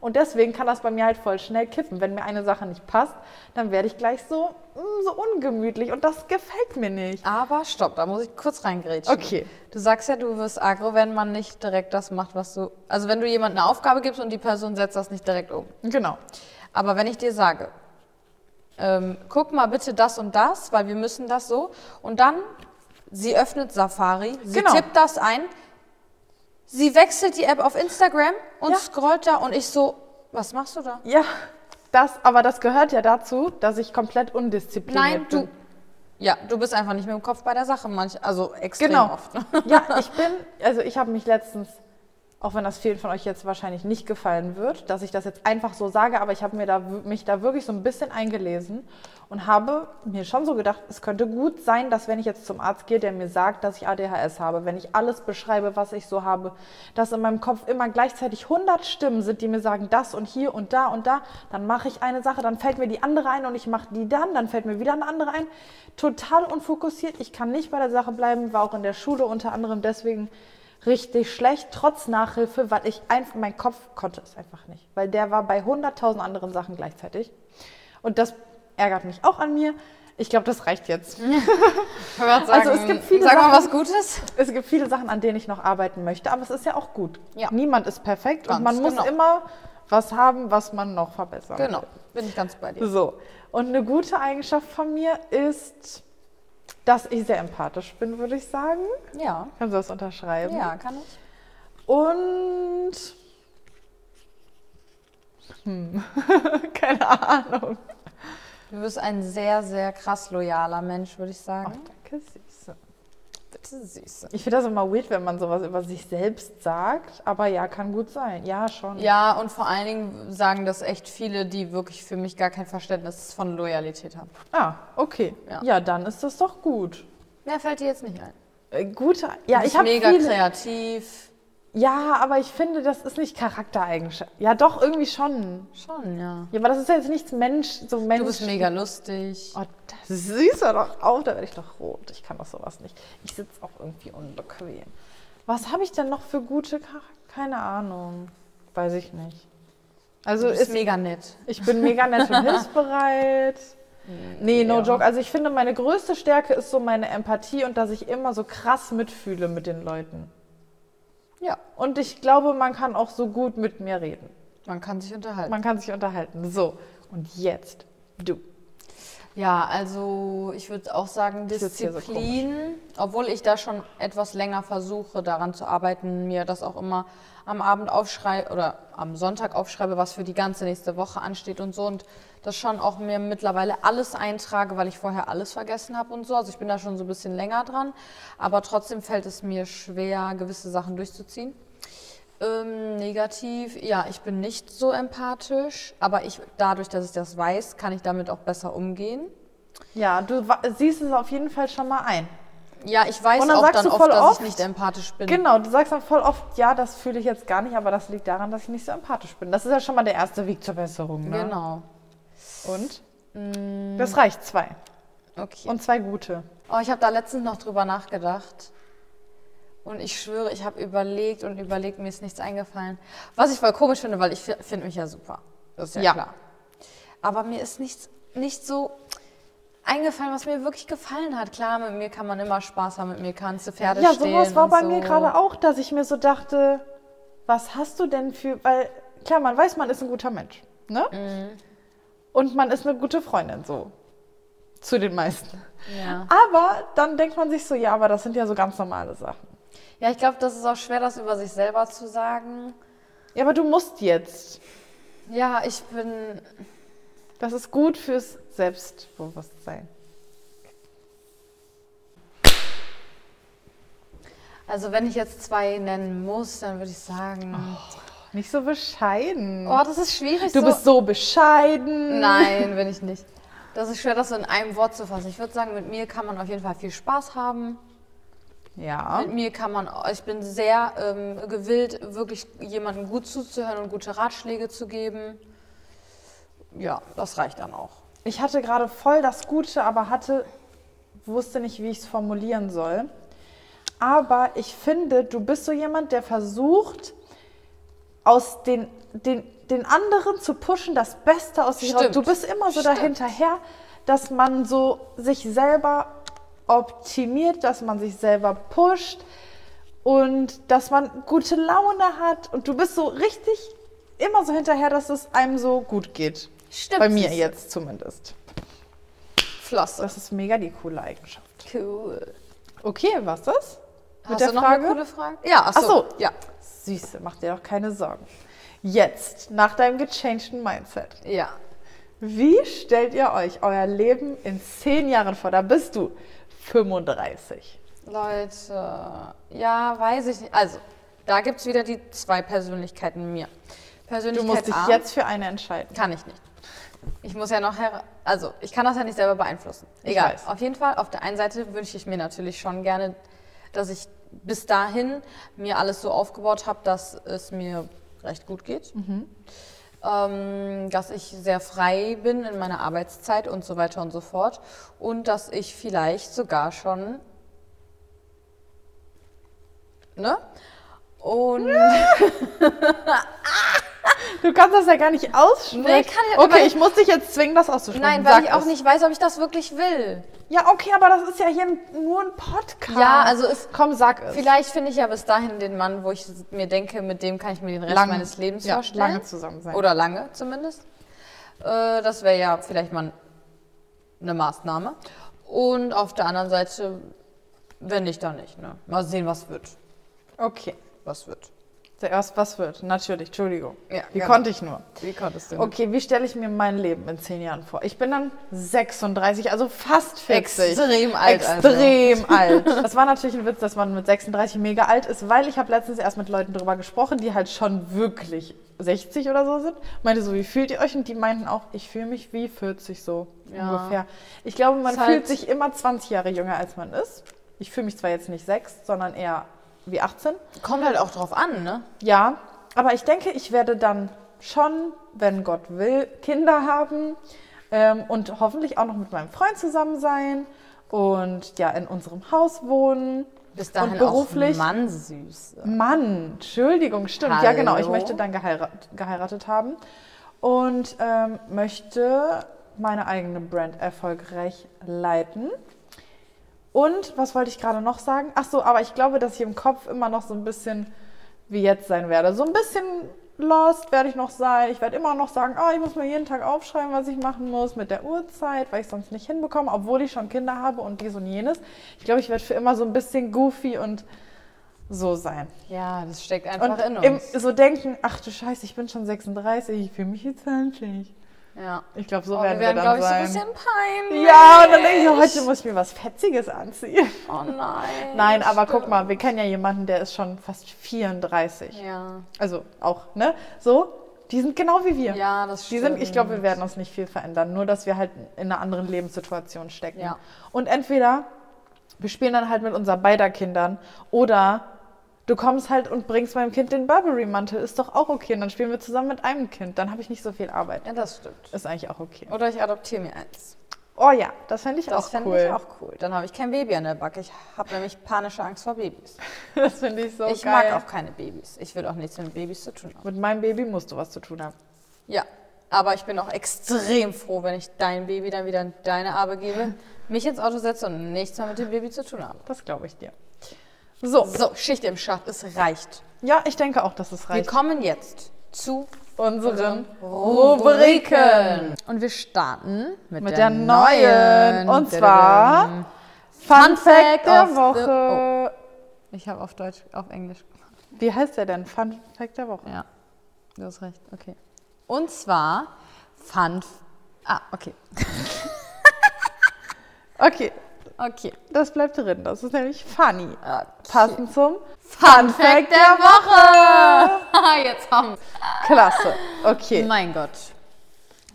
S2: Und deswegen kann das bei mir halt voll schnell kippen. Wenn mir eine Sache nicht passt, dann werde ich gleich so, mm, so ungemütlich und das gefällt mir nicht.
S1: Aber stopp, da muss ich kurz reingrätschen.
S2: Okay.
S1: Du sagst ja, du wirst agro, wenn man nicht direkt das macht, was du. Also wenn du jemand eine Aufgabe gibst und die Person setzt das nicht direkt um.
S2: Genau.
S1: Aber wenn ich dir sage, ähm, guck mal bitte das und das, weil wir müssen das so. Und dann, sie öffnet Safari, sie
S2: Genau.
S1: tippt das ein, sie wechselt die App auf Instagram und
S2: Ja.
S1: scrollt da und ich so, was machst du da?
S2: Ja, das, aber das gehört ja dazu, dass ich komplett undiszipliniert
S1: Nein,
S2: bin.
S1: du. Ja, du bist einfach nicht mit dem Kopf bei der Sache, manch, also extrem
S2: Genau.
S1: oft. ne?
S2: Ja, ich bin, also ich habe mich letztens, auch wenn das vielen von euch jetzt wahrscheinlich nicht gefallen wird, dass ich das jetzt einfach so sage, aber ich habe mir da, w- mich da wirklich so ein bisschen eingelesen und habe mir schon so gedacht, es könnte gut sein, dass wenn ich jetzt zum Arzt gehe, der mir sagt, dass ich ADHS habe, wenn ich alles beschreibe, was ich so habe, dass in meinem Kopf immer gleichzeitig 100 Stimmen sind, die mir sagen, das und hier und da und da, dann mache ich eine Sache, dann fällt mir die andere ein und ich mache die dann, dann fällt mir wieder eine andere ein. Total unfokussiert, ich kann nicht bei der Sache bleiben, war auch in der Schule unter anderem deswegen richtig schlecht, trotz Nachhilfe, weil ich einfach, mein Kopf konnte es einfach nicht, weil der war bei 100.000 anderen Sachen gleichzeitig. Und das ärgert mich auch an mir. Ich glaube, das reicht jetzt.
S1: Mhm. Ich würd
S2: Also, es
S1: sagen,
S2: gibt viele
S1: Sag mal
S2: Sachen-
S1: was Gutes.
S2: Es gibt viele Sachen, an denen ich noch arbeiten möchte, aber es ist ja auch gut.
S1: Ja.
S2: Niemand ist perfekt
S1: Ganz
S2: und man muss
S1: genau.
S2: immer was haben, was man noch verbessern
S1: Genau, bin ich ganz bei dir.
S2: will. So. Und eine gute Eigenschaft von mir ist, dass ich sehr empathisch bin, würde ich sagen.
S1: Ja,
S2: Kannst du das unterschreiben?
S1: ja, kann ich.
S2: Und. Hm. Keine Ahnung.
S1: Du bist ein sehr, sehr krass loyaler Mensch, würde ich
S2: Ach,
S1: sagen.
S2: danke, Süße.
S1: Bitte Süße.
S2: Ich finde das immer weird, wenn man sowas über sich selbst sagt, aber ja, kann gut sein. Ja, schon.
S1: Ja, und vor allen Dingen sagen das echt viele, die wirklich für mich gar kein Verständnis von Loyalität haben.
S2: Ah, okay.
S1: Ja.
S2: Ja. dann ist das doch gut.
S1: Mehr fällt dir jetzt nicht ein.
S2: Äh, Gute.
S1: Du
S2: Ja,
S1: bist
S2: ich habe
S1: mega
S2: viele.
S1: kreativ.
S2: Ja, aber ich finde, das ist nicht Charaktereigenschaft. Ja, doch irgendwie schon.
S1: Schon, ja.
S2: Ja, aber das ist ja jetzt nichts Mensch, so Mensch.
S1: Du bist mega lustig.
S2: Oh, das süß er doch auf, da werde ich doch rot. Ich kann doch sowas nicht. Ich sitze auch irgendwie unbequem. Was habe ich denn noch für gute Charakter? Keine Ahnung. Weiß ich nicht. Also
S1: Du bist
S2: ist,
S1: mega nett.
S2: ich bin mega nett und hilfsbereit. Nee, no
S1: ja.
S2: joke. Also ich finde, meine größte Stärke ist so meine Empathie und dass ich immer so krass mitfühle mit den Leuten.
S1: Ja,
S2: Und ich glaube, man kann auch so gut mit mir reden.
S1: man kann sich unterhalten.
S2: Man kann sich unterhalten. So, und jetzt du.
S1: Ja, also ich würde auch sagen
S2: sitz hier so
S1: Disziplin, obwohl ich da schon etwas länger versuche, daran zu arbeiten, mir das auch immer am Abend aufschreibe oder am Sonntag aufschreibe, was für die ganze nächste Woche ansteht und so und das schon auch mir mittlerweile alles eintrage, weil ich vorher alles vergessen habe und so. Also ich bin da schon so ein bisschen länger dran, aber trotzdem fällt es mir schwer, gewisse Sachen durchzuziehen. Ähm, negativ, ja, ich bin nicht so empathisch, aber ich, dadurch, dass ich das weiß, kann ich damit auch besser umgehen.
S2: Ja, du wa- siehst es auf jeden Fall schon mal ein.
S1: Ja, ich weiß
S2: Und dann
S1: auch
S2: sagst
S1: dann
S2: du
S1: oft,
S2: voll
S1: dass
S2: oft?
S1: ich nicht empathisch bin.
S2: Genau, du sagst dann voll oft, ja, das fühle ich jetzt gar nicht, aber das liegt daran, dass ich nicht so empathisch bin. Das ist ja schon mal der erste Weg zur Besserung. Ne?
S1: Genau. Mm.
S2: Und? Das reicht, zwei.
S1: Okay.
S2: Und zwei gute.
S1: oh, ich habe da letztens noch drüber nachgedacht. Und ich schwöre, ich habe überlegt und überlegt, mir ist nichts eingefallen. Was ich voll komisch finde, weil ich fi- finde mich ja super. Das ist ja,
S2: Ja.
S1: klar. Aber mir ist nichts, nicht so eingefallen, was mir wirklich gefallen hat. Klar, mit mir kann man immer Spaß haben, mit mir kannst du Pferde
S2: ja,
S1: stehlen.
S2: sowas war
S1: und
S2: bei
S1: so.
S2: mir gerade auch, dass ich mir so dachte, was hast du denn für, weil klar, man weiß, man ist ein guter Mensch, ne?
S1: Mm.
S2: Und man ist eine gute Freundin, so. Zu den meisten.
S1: Ja.
S2: Aber dann denkt man sich so, ja, aber das sind ja so ganz normale Sachen.
S1: Ja, ich glaube, das ist auch schwer, das über sich selber zu sagen.
S2: Ja, aber du musst jetzt.
S1: Ja, ich bin.
S2: Das ist gut fürs Selbstbewusstsein.
S1: Also, wenn ich jetzt zwei nennen muss, dann würde ich sagen.
S2: Nicht so bescheiden.
S1: Oh, das ist schwierig.
S2: Oh. du
S1: so.
S2: bist so bescheiden.
S1: Nein, bin ich nicht. Das ist schwer, das so in einem Wort zu fassen. Ich würde sagen, mit mir kann man auf jeden Fall viel Spaß haben.
S2: Ja.
S1: Mit mir kann man, ich bin sehr ähm, gewillt, wirklich jemandem gut zuzuhören und gute Ratschläge zu geben. Ja, das reicht dann auch.
S2: Ich hatte gerade voll das Gute, aber hatte, wusste nicht, wie ich es formulieren soll. Aber ich finde, du bist so jemand, der versucht, aus den, den, den anderen zu pushen, das Beste aus sich raus.
S1: Stimmt.
S2: Du bist immer so
S1: Stimmt.
S2: dahinterher, dass man so sich selber optimiert, dass man sich selber pusht und dass man gute Laune hat. Und du bist so richtig immer so hinterher, dass es einem so gut geht.
S1: Stimmt.
S2: Bei mir
S1: siehste.
S2: jetzt zumindest.
S1: Flosse.
S2: Das ist mega die coole Eigenschaft.
S1: Cool.
S2: Okay, was das? Mit
S1: Hast
S2: der
S1: du noch
S2: Frage?
S1: eine coole Frage? Ja, ach
S2: Ach
S1: so.
S2: so.
S1: Ja.
S2: Süße, mach dir doch keine Sorgen. Jetzt, nach deinem gechangten Mindset,
S1: Ja.
S2: wie stellt ihr euch euer Leben in zehn Jahren vor? Da bist du 35.
S1: Leute, ja, weiß ich nicht. Also, da gibt es wieder die zwei Persönlichkeiten in mir.
S2: Du
S1: Persönlichkeit
S2: musst dich
S1: A
S2: jetzt für eine entscheiden.
S1: kann ich nicht. Ich muss ja noch her also ich kann das ja nicht selber beeinflussen.
S2: Ich
S1: Egal.
S2: weiß.
S1: Auf jeden Fall, auf der einen Seite wünsche ich mir natürlich schon gerne, dass ich bis dahin mir alles so aufgebaut habe, dass es mir recht gut geht.
S2: Mhm.
S1: Ähm, dass ich sehr frei bin in meiner Arbeitszeit und so weiter und so fort. Und dass ich vielleicht sogar schon. Ne? Und.
S2: Du kannst das ja gar nicht aussprechen.
S1: Nee, kann ja- weil
S2: okay,
S1: ich-
S2: ich muss dich jetzt zwingen, das auszusprechen.
S1: Nein, weil
S2: Sag
S1: ich auch
S2: es.
S1: nicht weiß, ob ich das wirklich will.
S2: Ja, okay, aber das ist ja hier nur ein Podcast.
S1: Ja, also es-
S2: Komm, sag es.
S1: Vielleicht finde ich ja bis dahin den Mann, wo ich mir denke, mit dem kann ich mir den Rest
S2: Lange-
S1: meines Lebens
S2: ja,
S1: vorstellen.
S2: lange zusammen sein.
S1: Oder lange zumindest. Äh, das wäre ja vielleicht mal eine Maßnahme. Und auf der anderen Seite, wenn nicht, dann nicht. Ne? Mal sehen, was wird.
S2: Okay.
S1: Was wird.
S2: Zuerst, was wird? Natürlich, Entschuldigung.
S1: Ja,
S2: Wie
S1: gerne.
S2: konnte ich nur?
S1: Wie konntest du?
S2: Okay, wie stelle ich mir mein Leben in zehn Jahren vor? Ich bin dann 36, also fast 40.
S1: Extrem alt, also.
S2: Extrem alt. Das war natürlich ein Witz, dass man mit 36 mega alt ist, weil ich habe letztens erst mit Leuten drüber gesprochen, die halt schon wirklich 60 oder so sind. Meinte so, wie fühlt ihr euch? Und die meinten auch, ich fühle mich wie 40 so
S1: Ja.
S2: ungefähr. Ich glaube, man
S1: Ist
S2: fühlt
S1: halt-
S2: sich immer 20 Jahre jünger, als man ist. Ich fühle mich zwar jetzt nicht 6, sondern eher wie 18.
S1: Kommt halt auch drauf an, ne?
S2: Ja, aber ich denke, ich werde dann schon, wenn Gott will, Kinder haben ähm, und hoffentlich auch noch mit meinem Freund zusammen sein und ja, in unserem Haus wohnen.
S1: Bis dahin
S2: und beruflich.
S1: auch Mann süß.
S2: Mann, Entschuldigung, stimmt. Ja, genau, ich
S1: Hallo?
S2: möchte dann geheirat, geheiratet haben und ähm, möchte meine eigene Brand erfolgreich leiten. Und was wollte ich gerade noch sagen? Ach so, aber ich glaube, dass ich im Kopf immer noch so ein bisschen wie jetzt sein werde. So ein bisschen lost werde ich noch sein. Ich werde immer noch sagen, ah, ich muss mir jeden Tag aufschreiben, was ich machen muss mit der Uhrzeit, weil ich sonst nicht hinbekomme, obwohl ich schon Kinder habe und dies und jenes. Ich glaube, ich werde für immer so ein bisschen goofy und so sein.
S1: Ja, das steckt einfach
S2: Und
S1: in
S2: im,
S1: uns.
S2: so denken, ach du Scheiße, ich bin schon 36, ich fühle mich jetzt handlich.
S1: ja.
S2: Ich glaube, so
S1: Oh,
S2: werden
S1: wir
S2: wir,
S1: werden, glaube
S2: dann
S1: ich, so ein
S2: sein.
S1: bisschen peinlich.
S2: ja, und dann denke ich, so, heute muss ich mir was Fetziges anziehen.
S1: Oh nein.
S2: Nein, aber guck mal, wir kennen ja jemanden, der ist schon fast 34.
S1: Ja.
S2: Also auch, ne? So, die sind genau wie wir.
S1: Ja, das
S2: Die
S1: stimmt.
S2: sind, ich glaube, wir werden uns nicht viel verändern, nur dass wir halt in einer anderen Lebenssituation stecken.
S1: Ja.
S2: Und entweder wir spielen dann halt mit unseren beider Kindern oder du kommst halt und bringst meinem Kind den Burberry-Mantel, ist doch auch okay. Und dann spielen wir zusammen mit einem Kind, dann habe ich nicht so viel Arbeit.
S1: Ja, das stimmt.
S2: Ist eigentlich auch okay.
S1: Oder ich adoptiere mir eins.
S2: Oh ja, das fände ich
S1: Das
S2: auch
S1: fände
S2: cool.
S1: ich auch cool. Dann habe ich kein Baby an der Backe. Ich habe nämlich panische Angst vor Babys.
S2: [LAUGHS] Das finde ich so
S1: ich
S2: geil.
S1: mag auch keine Babys. Ich will auch nichts mit Babys zu tun haben.
S2: Mit meinem Baby musst du was zu tun haben.
S1: Ja, aber ich bin auch extrem froh, wenn ich dein Baby dann wieder in deine Arme
S2: [LAUGHS]
S1: gebe, mich ins Auto setze und nichts mehr mit dem Baby zu tun habe.
S2: Das glaube ich dir. So,
S1: So, Schicht im Schacht, es reicht.
S2: ja, ich denke auch, dass es
S1: Wir
S2: reicht.
S1: kommen jetzt zu
S2: Unseren
S1: Rubriken. Und wir starten mit,
S2: Mit der neuen. Und zwar Fun Fact Oh.
S1: of
S2: der
S1: the-
S2: Woche.
S1: Ich habe auf Deutsch, auf Englisch.
S2: Wie heißt der denn? Fun Fact der Woche.
S1: Ja, du hast recht. Okay. Und zwar Fun. Ah, okay.
S2: Okay,
S1: Okay.
S2: das bleibt drin. Das ist nämlich funny.
S1: okay.
S2: Passend zum
S1: Fun Fact der Woche. [LAUGHS] Jetzt haben
S2: Klasse. Okay.
S1: Mein Gott.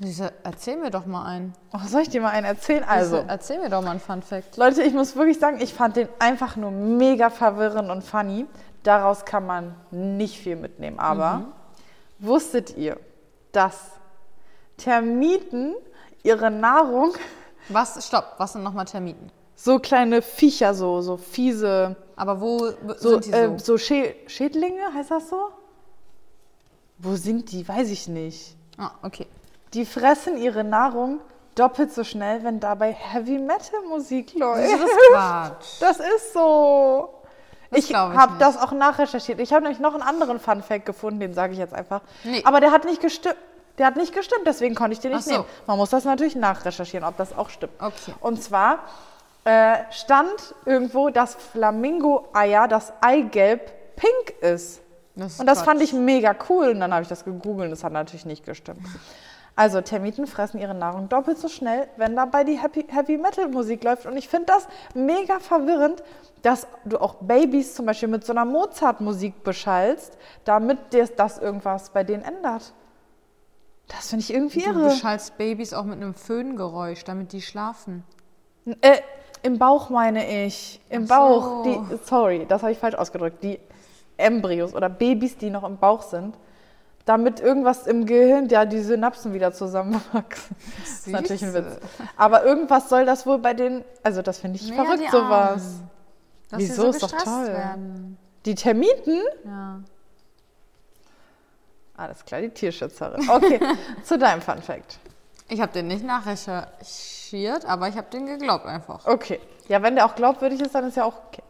S1: Süße, erzähl mir doch mal einen.
S2: Oh, soll ich dir mal einen erzählen? Also,
S1: Süße, erzähl mir doch mal einen Fun Fact.
S2: Leute, ich muss wirklich sagen, ich fand den einfach nur mega verwirrend und funny. Daraus kann man nicht viel mitnehmen. Aber wusstet ihr, dass Termiten ihre Nahrung
S1: Was, stopp, was sind nochmal Termiten?
S2: so kleine Viecher, so, so fiese,
S1: Aber wo
S2: so,
S1: sind die so? ähm,
S2: äh, so Schä Schädlinge, heißt das so? Wo sind die? Weiß ich nicht.
S1: Ah, okay.
S2: Die fressen ihre Nahrung doppelt so schnell, wenn dabei Heavy Metal Musik
S1: Das
S2: läuft.
S1: ist [LAUGHS] Quatsch.
S2: Das ist so.
S1: Das
S2: ich
S1: glaub ich
S2: habe
S1: nicht.
S2: das auch nachrecherchiert. Ich habe nämlich noch einen anderen Fun Fact gefunden, den sage ich jetzt einfach.
S1: Nee.
S2: Aber der hat nicht gestimmt. Der hat nicht gestimmt, deswegen konnte ich den
S1: Ach
S2: nicht
S1: so.
S2: nehmen. Man muss das natürlich nachrecherchieren, ob das auch stimmt.
S1: Okay.
S2: Und zwar äh, stand irgendwo, dass Flamingo-Eier, das Eigelb, pink ist.
S1: Das ist
S2: und das
S1: Quatsch.
S2: fand ich mega cool. Und dann habe ich das gegoogelt und das hat natürlich nicht gestimmt. Also, Termiten fressen ihre Nahrung doppelt so schnell, wenn dabei die Happy, Heavy Metal Musik läuft. Und ich finde das mega verwirrend, dass du auch Babys zum Beispiel mit so einer Mozart-Musik beschallst, damit dir das irgendwas bei denen ändert. Das finde ich irgendwie
S1: Du
S2: irre.
S1: beschallst Babys auch mit einem Föhngeräusch, damit die schlafen.
S2: Äh, Im Bauch meine ich. Im
S1: Ach so.
S2: Bauch. Die, sorry, das habe ich falsch ausgedrückt. Die Embryos oder Babys, die noch im Bauch sind, damit irgendwas im Gehirn, ja, die Synapsen wieder zusammenwachsen. [LAUGHS] Das ist natürlich ein Witz. Aber irgendwas soll das wohl bei den. Also, das finde ich
S1: Mega
S2: verrückt,
S1: die
S2: sowas.
S1: Armen. Dass
S2: Wieso?
S1: sie so
S2: Ist doch
S1: gestresst
S2: toll.
S1: Werden.
S2: Die Termiten?
S1: Ja.
S2: Alles klar, die Tierschützerin.
S1: [LAUGHS]
S2: Okay, zu deinem Fun Fact.
S1: Ich habe den nicht nachrecherchiert, aber ich habe den geglaubt einfach.
S2: Okay. Ja, wenn der auch glaubwürdig ist, dann ist ja auch okay.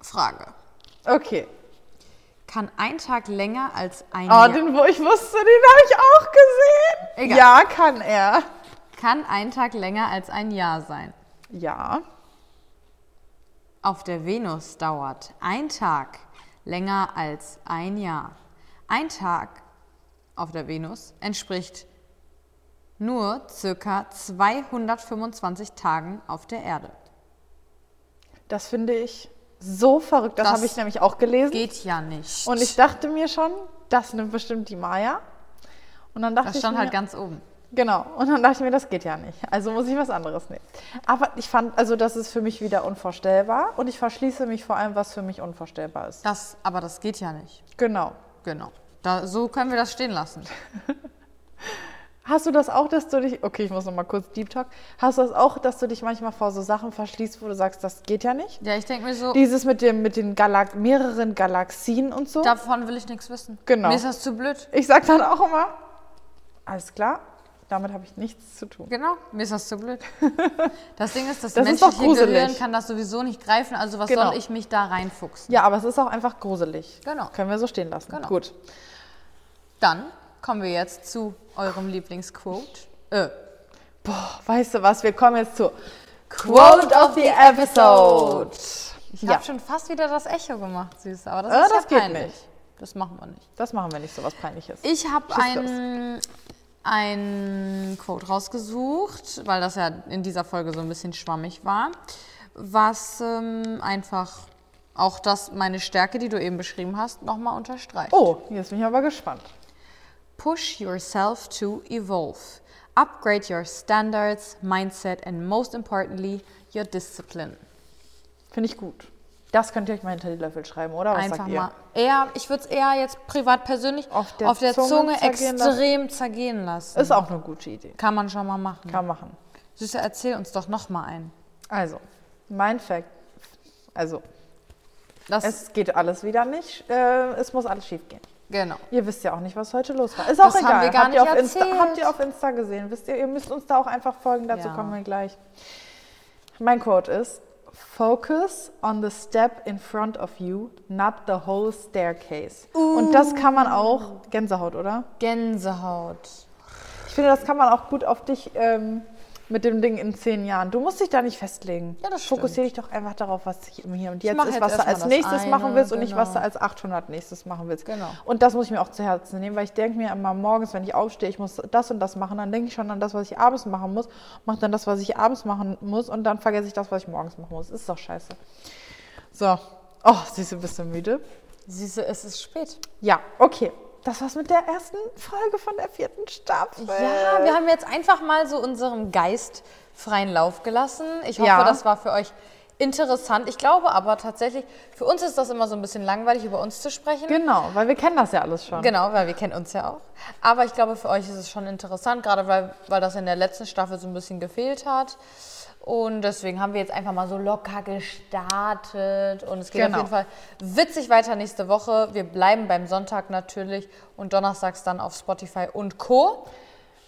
S1: Frage.
S2: Okay.
S1: Kann ein Tag länger als ein
S2: Oh,
S1: Jahr?
S2: den, wo ich wusste, den habe ich auch gesehen.
S1: Egal.
S2: Ja, kann er.
S1: Kann ein Tag länger als ein Jahr sein?
S2: Ja.
S1: Auf der Venus dauert ein Tag länger als ein Jahr. Ein Tag auf der Venus entspricht nur circa 225 Tagen auf der Erde.
S2: Das finde ich so verrückt. Das,
S1: Das
S2: habe ich nämlich auch gelesen.
S1: Geht ja nicht.
S2: Und ich dachte mir schon, das nimmt bestimmt die Maya. Und dann dachte
S1: das
S2: ich
S1: stand
S2: mir,
S1: halt ganz oben.
S2: genau. Und dann dachte ich mir, das geht ja nicht. Also muss ich was anderes nehmen. Aber ich fand, also das ist für mich wieder unvorstellbar. Und ich verschließe mich vor allem, was für mich unvorstellbar ist.
S1: Das, aber das geht ja nicht.
S2: Genau.
S1: Genau. Da, so können wir das stehen lassen.
S2: Hast du das auch, dass du dich, okay, ich muss noch mal kurz Deep Talk. Hast du das auch, dass du dich manchmal vor so Sachen verschließt, wo du sagst, das geht ja nicht?
S1: Ja, ich denke mir so,
S2: Dieses mit dem, mit den Galak mehreren Galaxien und so.
S1: davon will ich nichts wissen.
S2: Genau.
S1: Mir ist das zu blöd.
S2: Ich sag dann auch immer, alles klar, damit habe ich nichts zu tun.
S1: Genau, mir ist das zu
S2: [LAUGHS]
S1: blöd. Das Ding ist, das,
S2: Das ist doch
S1: menschliche Gehirn
S2: gruselig.
S1: kann das sowieso nicht greifen, also was
S2: Genau.
S1: soll ich mich da reinfuchsen?
S2: Ja, aber es ist auch einfach gruselig.
S1: Genau.
S2: Können wir so stehen lassen.
S1: Genau.
S2: Gut.
S1: Dann kommen wir jetzt zu eurem Lieblingsquote. Äh,
S2: Boah, Oh, weißt du was, wir kommen jetzt zu Quote of the Episode.
S1: ich
S2: Ja,
S1: habe schon fast wieder das Echo gemacht, süß, aber das
S2: Äh,
S1: ist
S2: das
S1: ja
S2: geht
S1: peinlich.
S2: nicht.
S1: Das machen wir nicht.
S2: das machen wir nicht, so was Peinliches.
S1: Ich habe
S2: Schieß
S1: ein, ein Quote rausgesucht, weil das ja in dieser Folge so ein bisschen schwammig war, was ähm, einfach auch das, meine Stärke, die du eben beschrieben hast, nochmal unterstreicht.
S2: oh, jetzt bin ich aber gespannt.
S1: Push yourself to evolve. Upgrade your standards, mindset and most importantly, your discipline.
S2: Finde ich gut. Das könnt ihr euch mal hinter die Löffel schreiben, oder? Was
S1: Einfach
S2: sagt ihr?
S1: mal eher, ich würde es eher jetzt privat persönlich auf der, Zunge,
S2: zergehen lassen.
S1: extrem zergehen lassen.
S2: Ist auch eine gute Idee.
S1: Kann man schon mal machen.
S2: Kann machen.
S1: Süße, erzähl uns doch noch mal einen.
S2: Also, mein Fact. Also,
S1: Das
S2: es geht alles wieder nicht. Äh, es muss alles schief gehen.
S1: genau.
S2: Ihr wisst ja auch nicht, was heute los war. Ist auch
S1: Das
S2: egal.
S1: haben wir gar
S2: habt, ihr
S1: nicht
S2: auf Insta,
S1: erzählt.
S2: habt ihr auf Insta gesehen? Wisst ihr, ihr müsst uns da auch einfach folgen. Dazu
S1: Ja.
S2: kommen wir gleich. Mein Quote ist: Focus on the step in front of you, not the whole staircase. Und das kann man auch. Gänsehaut, oder?
S1: Gänsehaut.
S2: Ich finde, das kann man auch gut auf dich ähm, mit dem Ding in zehn Jahren. Du musst dich da nicht festlegen.
S1: Ja, das stimmt.
S2: Fokussiere dich doch einfach darauf, was ich im Hier und Jetzt
S1: mach
S2: ist,
S1: jetzt
S2: was du
S1: erstmal
S2: als
S1: das
S2: nächstes
S1: eine,
S2: machen willst und nicht, was du
S1: genau.
S2: als 800 nächstes machen willst.
S1: Genau.
S2: Und das muss ich mir auch zu Herzen nehmen, weil ich denke mir immer morgens, wenn ich aufstehe, ich muss das und das machen, dann denke ich schon an das, was ich abends machen muss, mache dann das, was ich abends machen muss und dann vergesse ich das, was ich morgens machen muss. Ist doch scheiße. So. Oh, siehst du, bist du müde?
S1: Süße, es ist spät.
S2: Ja, okay. Das war's mit der ersten Folge von der vierten Staffel.
S1: Ja, wir haben jetzt einfach mal so unserem Geist freien Lauf gelassen. Ich hoffe,
S2: Ja.
S1: das war für euch interessant. Ich glaube aber tatsächlich, für uns ist das immer so ein bisschen langweilig, über uns zu sprechen.
S2: Genau, weil wir kennen das ja alles schon.
S1: Genau, weil wir kennen uns ja auch. Aber ich glaube, für euch ist es schon interessant, gerade weil, weil das in der letzten Staffel so ein bisschen gefehlt hat. Und deswegen haben wir jetzt einfach mal so locker gestartet. Und es geht
S2: Genau.
S1: auf jeden Fall witzig weiter nächste Woche. Wir bleiben beim Sonntag natürlich und donnerstags dann auf Spotify und Co.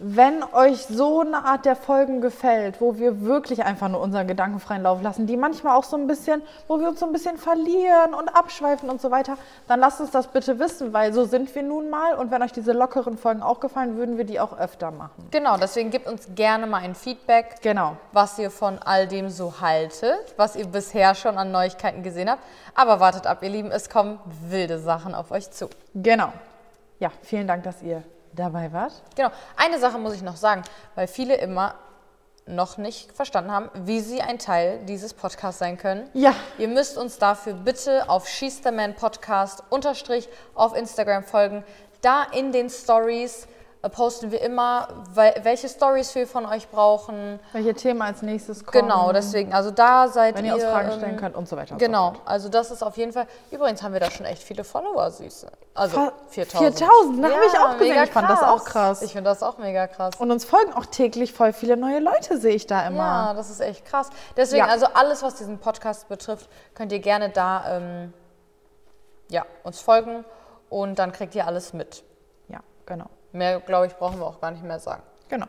S2: Wenn euch so eine Art der Folgen gefällt, wo wir wirklich einfach nur unseren Gedanken freien Lauf lassen, die manchmal auch so ein bisschen, wo wir uns so ein bisschen verlieren und abschweifen und so weiter, dann lasst uns das bitte wissen, weil so sind wir nun mal. Und wenn euch diese lockeren Folgen auch gefallen, würden wir die auch öfter machen.
S1: Genau, deswegen gebt uns gerne mal ein Feedback,
S2: Genau.
S1: was ihr von all dem so haltet, was ihr bisher schon an Neuigkeiten gesehen habt. Aber wartet ab, ihr Lieben, es kommen wilde Sachen auf euch zu.
S2: Genau. Ja, vielen Dank, dass ihr dabei wart.
S1: Genau. Eine Sache muss ich noch sagen, weil viele immer noch nicht verstanden haben, wie sie ein Teil dieses Podcasts sein können.
S2: Ja.
S1: Ihr müsst uns dafür bitte auf She's the Man Podcast unterstrich auf Instagram folgen. Da in den Stories äh, posten wir immer, wel- welche Stories wir von euch brauchen.
S2: Welche Themen als nächstes kommen?
S1: Genau, deswegen, also da seid
S2: Ähm, Wenn ihr
S1: ihr...
S2: uns Fragen
S1: ähm,
S2: stellen könnt und so weiter. und So
S1: Genau,
S2: fort.
S1: also das ist auf jeden Fall. Übrigens haben wir da schon echt viele Follower, Süße. Also
S2: Fa-
S1: 4000.
S2: 4000, da habe ich auch gesehen.
S1: mega
S2: Ich fand das auch krass.
S1: Ich finde das auch mega krass.
S2: Und uns folgen auch täglich voll viele neue Leute, sehe ich da immer.
S1: Ja, das ist echt krass. Deswegen,
S2: Ja.
S1: also alles, was diesen Podcast betrifft, könnt ihr gerne da ähm, ja, uns folgen und dann kriegt ihr alles mit.
S2: Ja, genau.
S1: Mehr, glaube ich, brauchen wir auch gar nicht mehr sagen.
S2: Genau.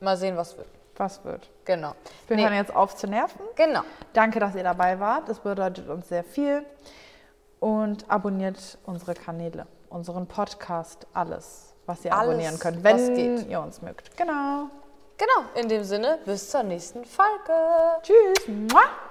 S1: Mal sehen, was wird.
S2: Was wird?
S1: Genau.
S2: Wir
S1: Nee,
S2: hören jetzt auf zu nerven.
S1: genau.
S2: Danke, dass ihr dabei wart. Das bedeutet uns sehr viel. Und abonniert unsere Kanäle, unseren Podcast, alles, was ihr
S1: Alles,
S2: abonnieren könnt, wenn
S1: was geht.
S2: ihr uns mögt. Genau.
S1: Genau. In dem Sinne, bis zur nächsten Folge.
S2: Tschüss. Mua.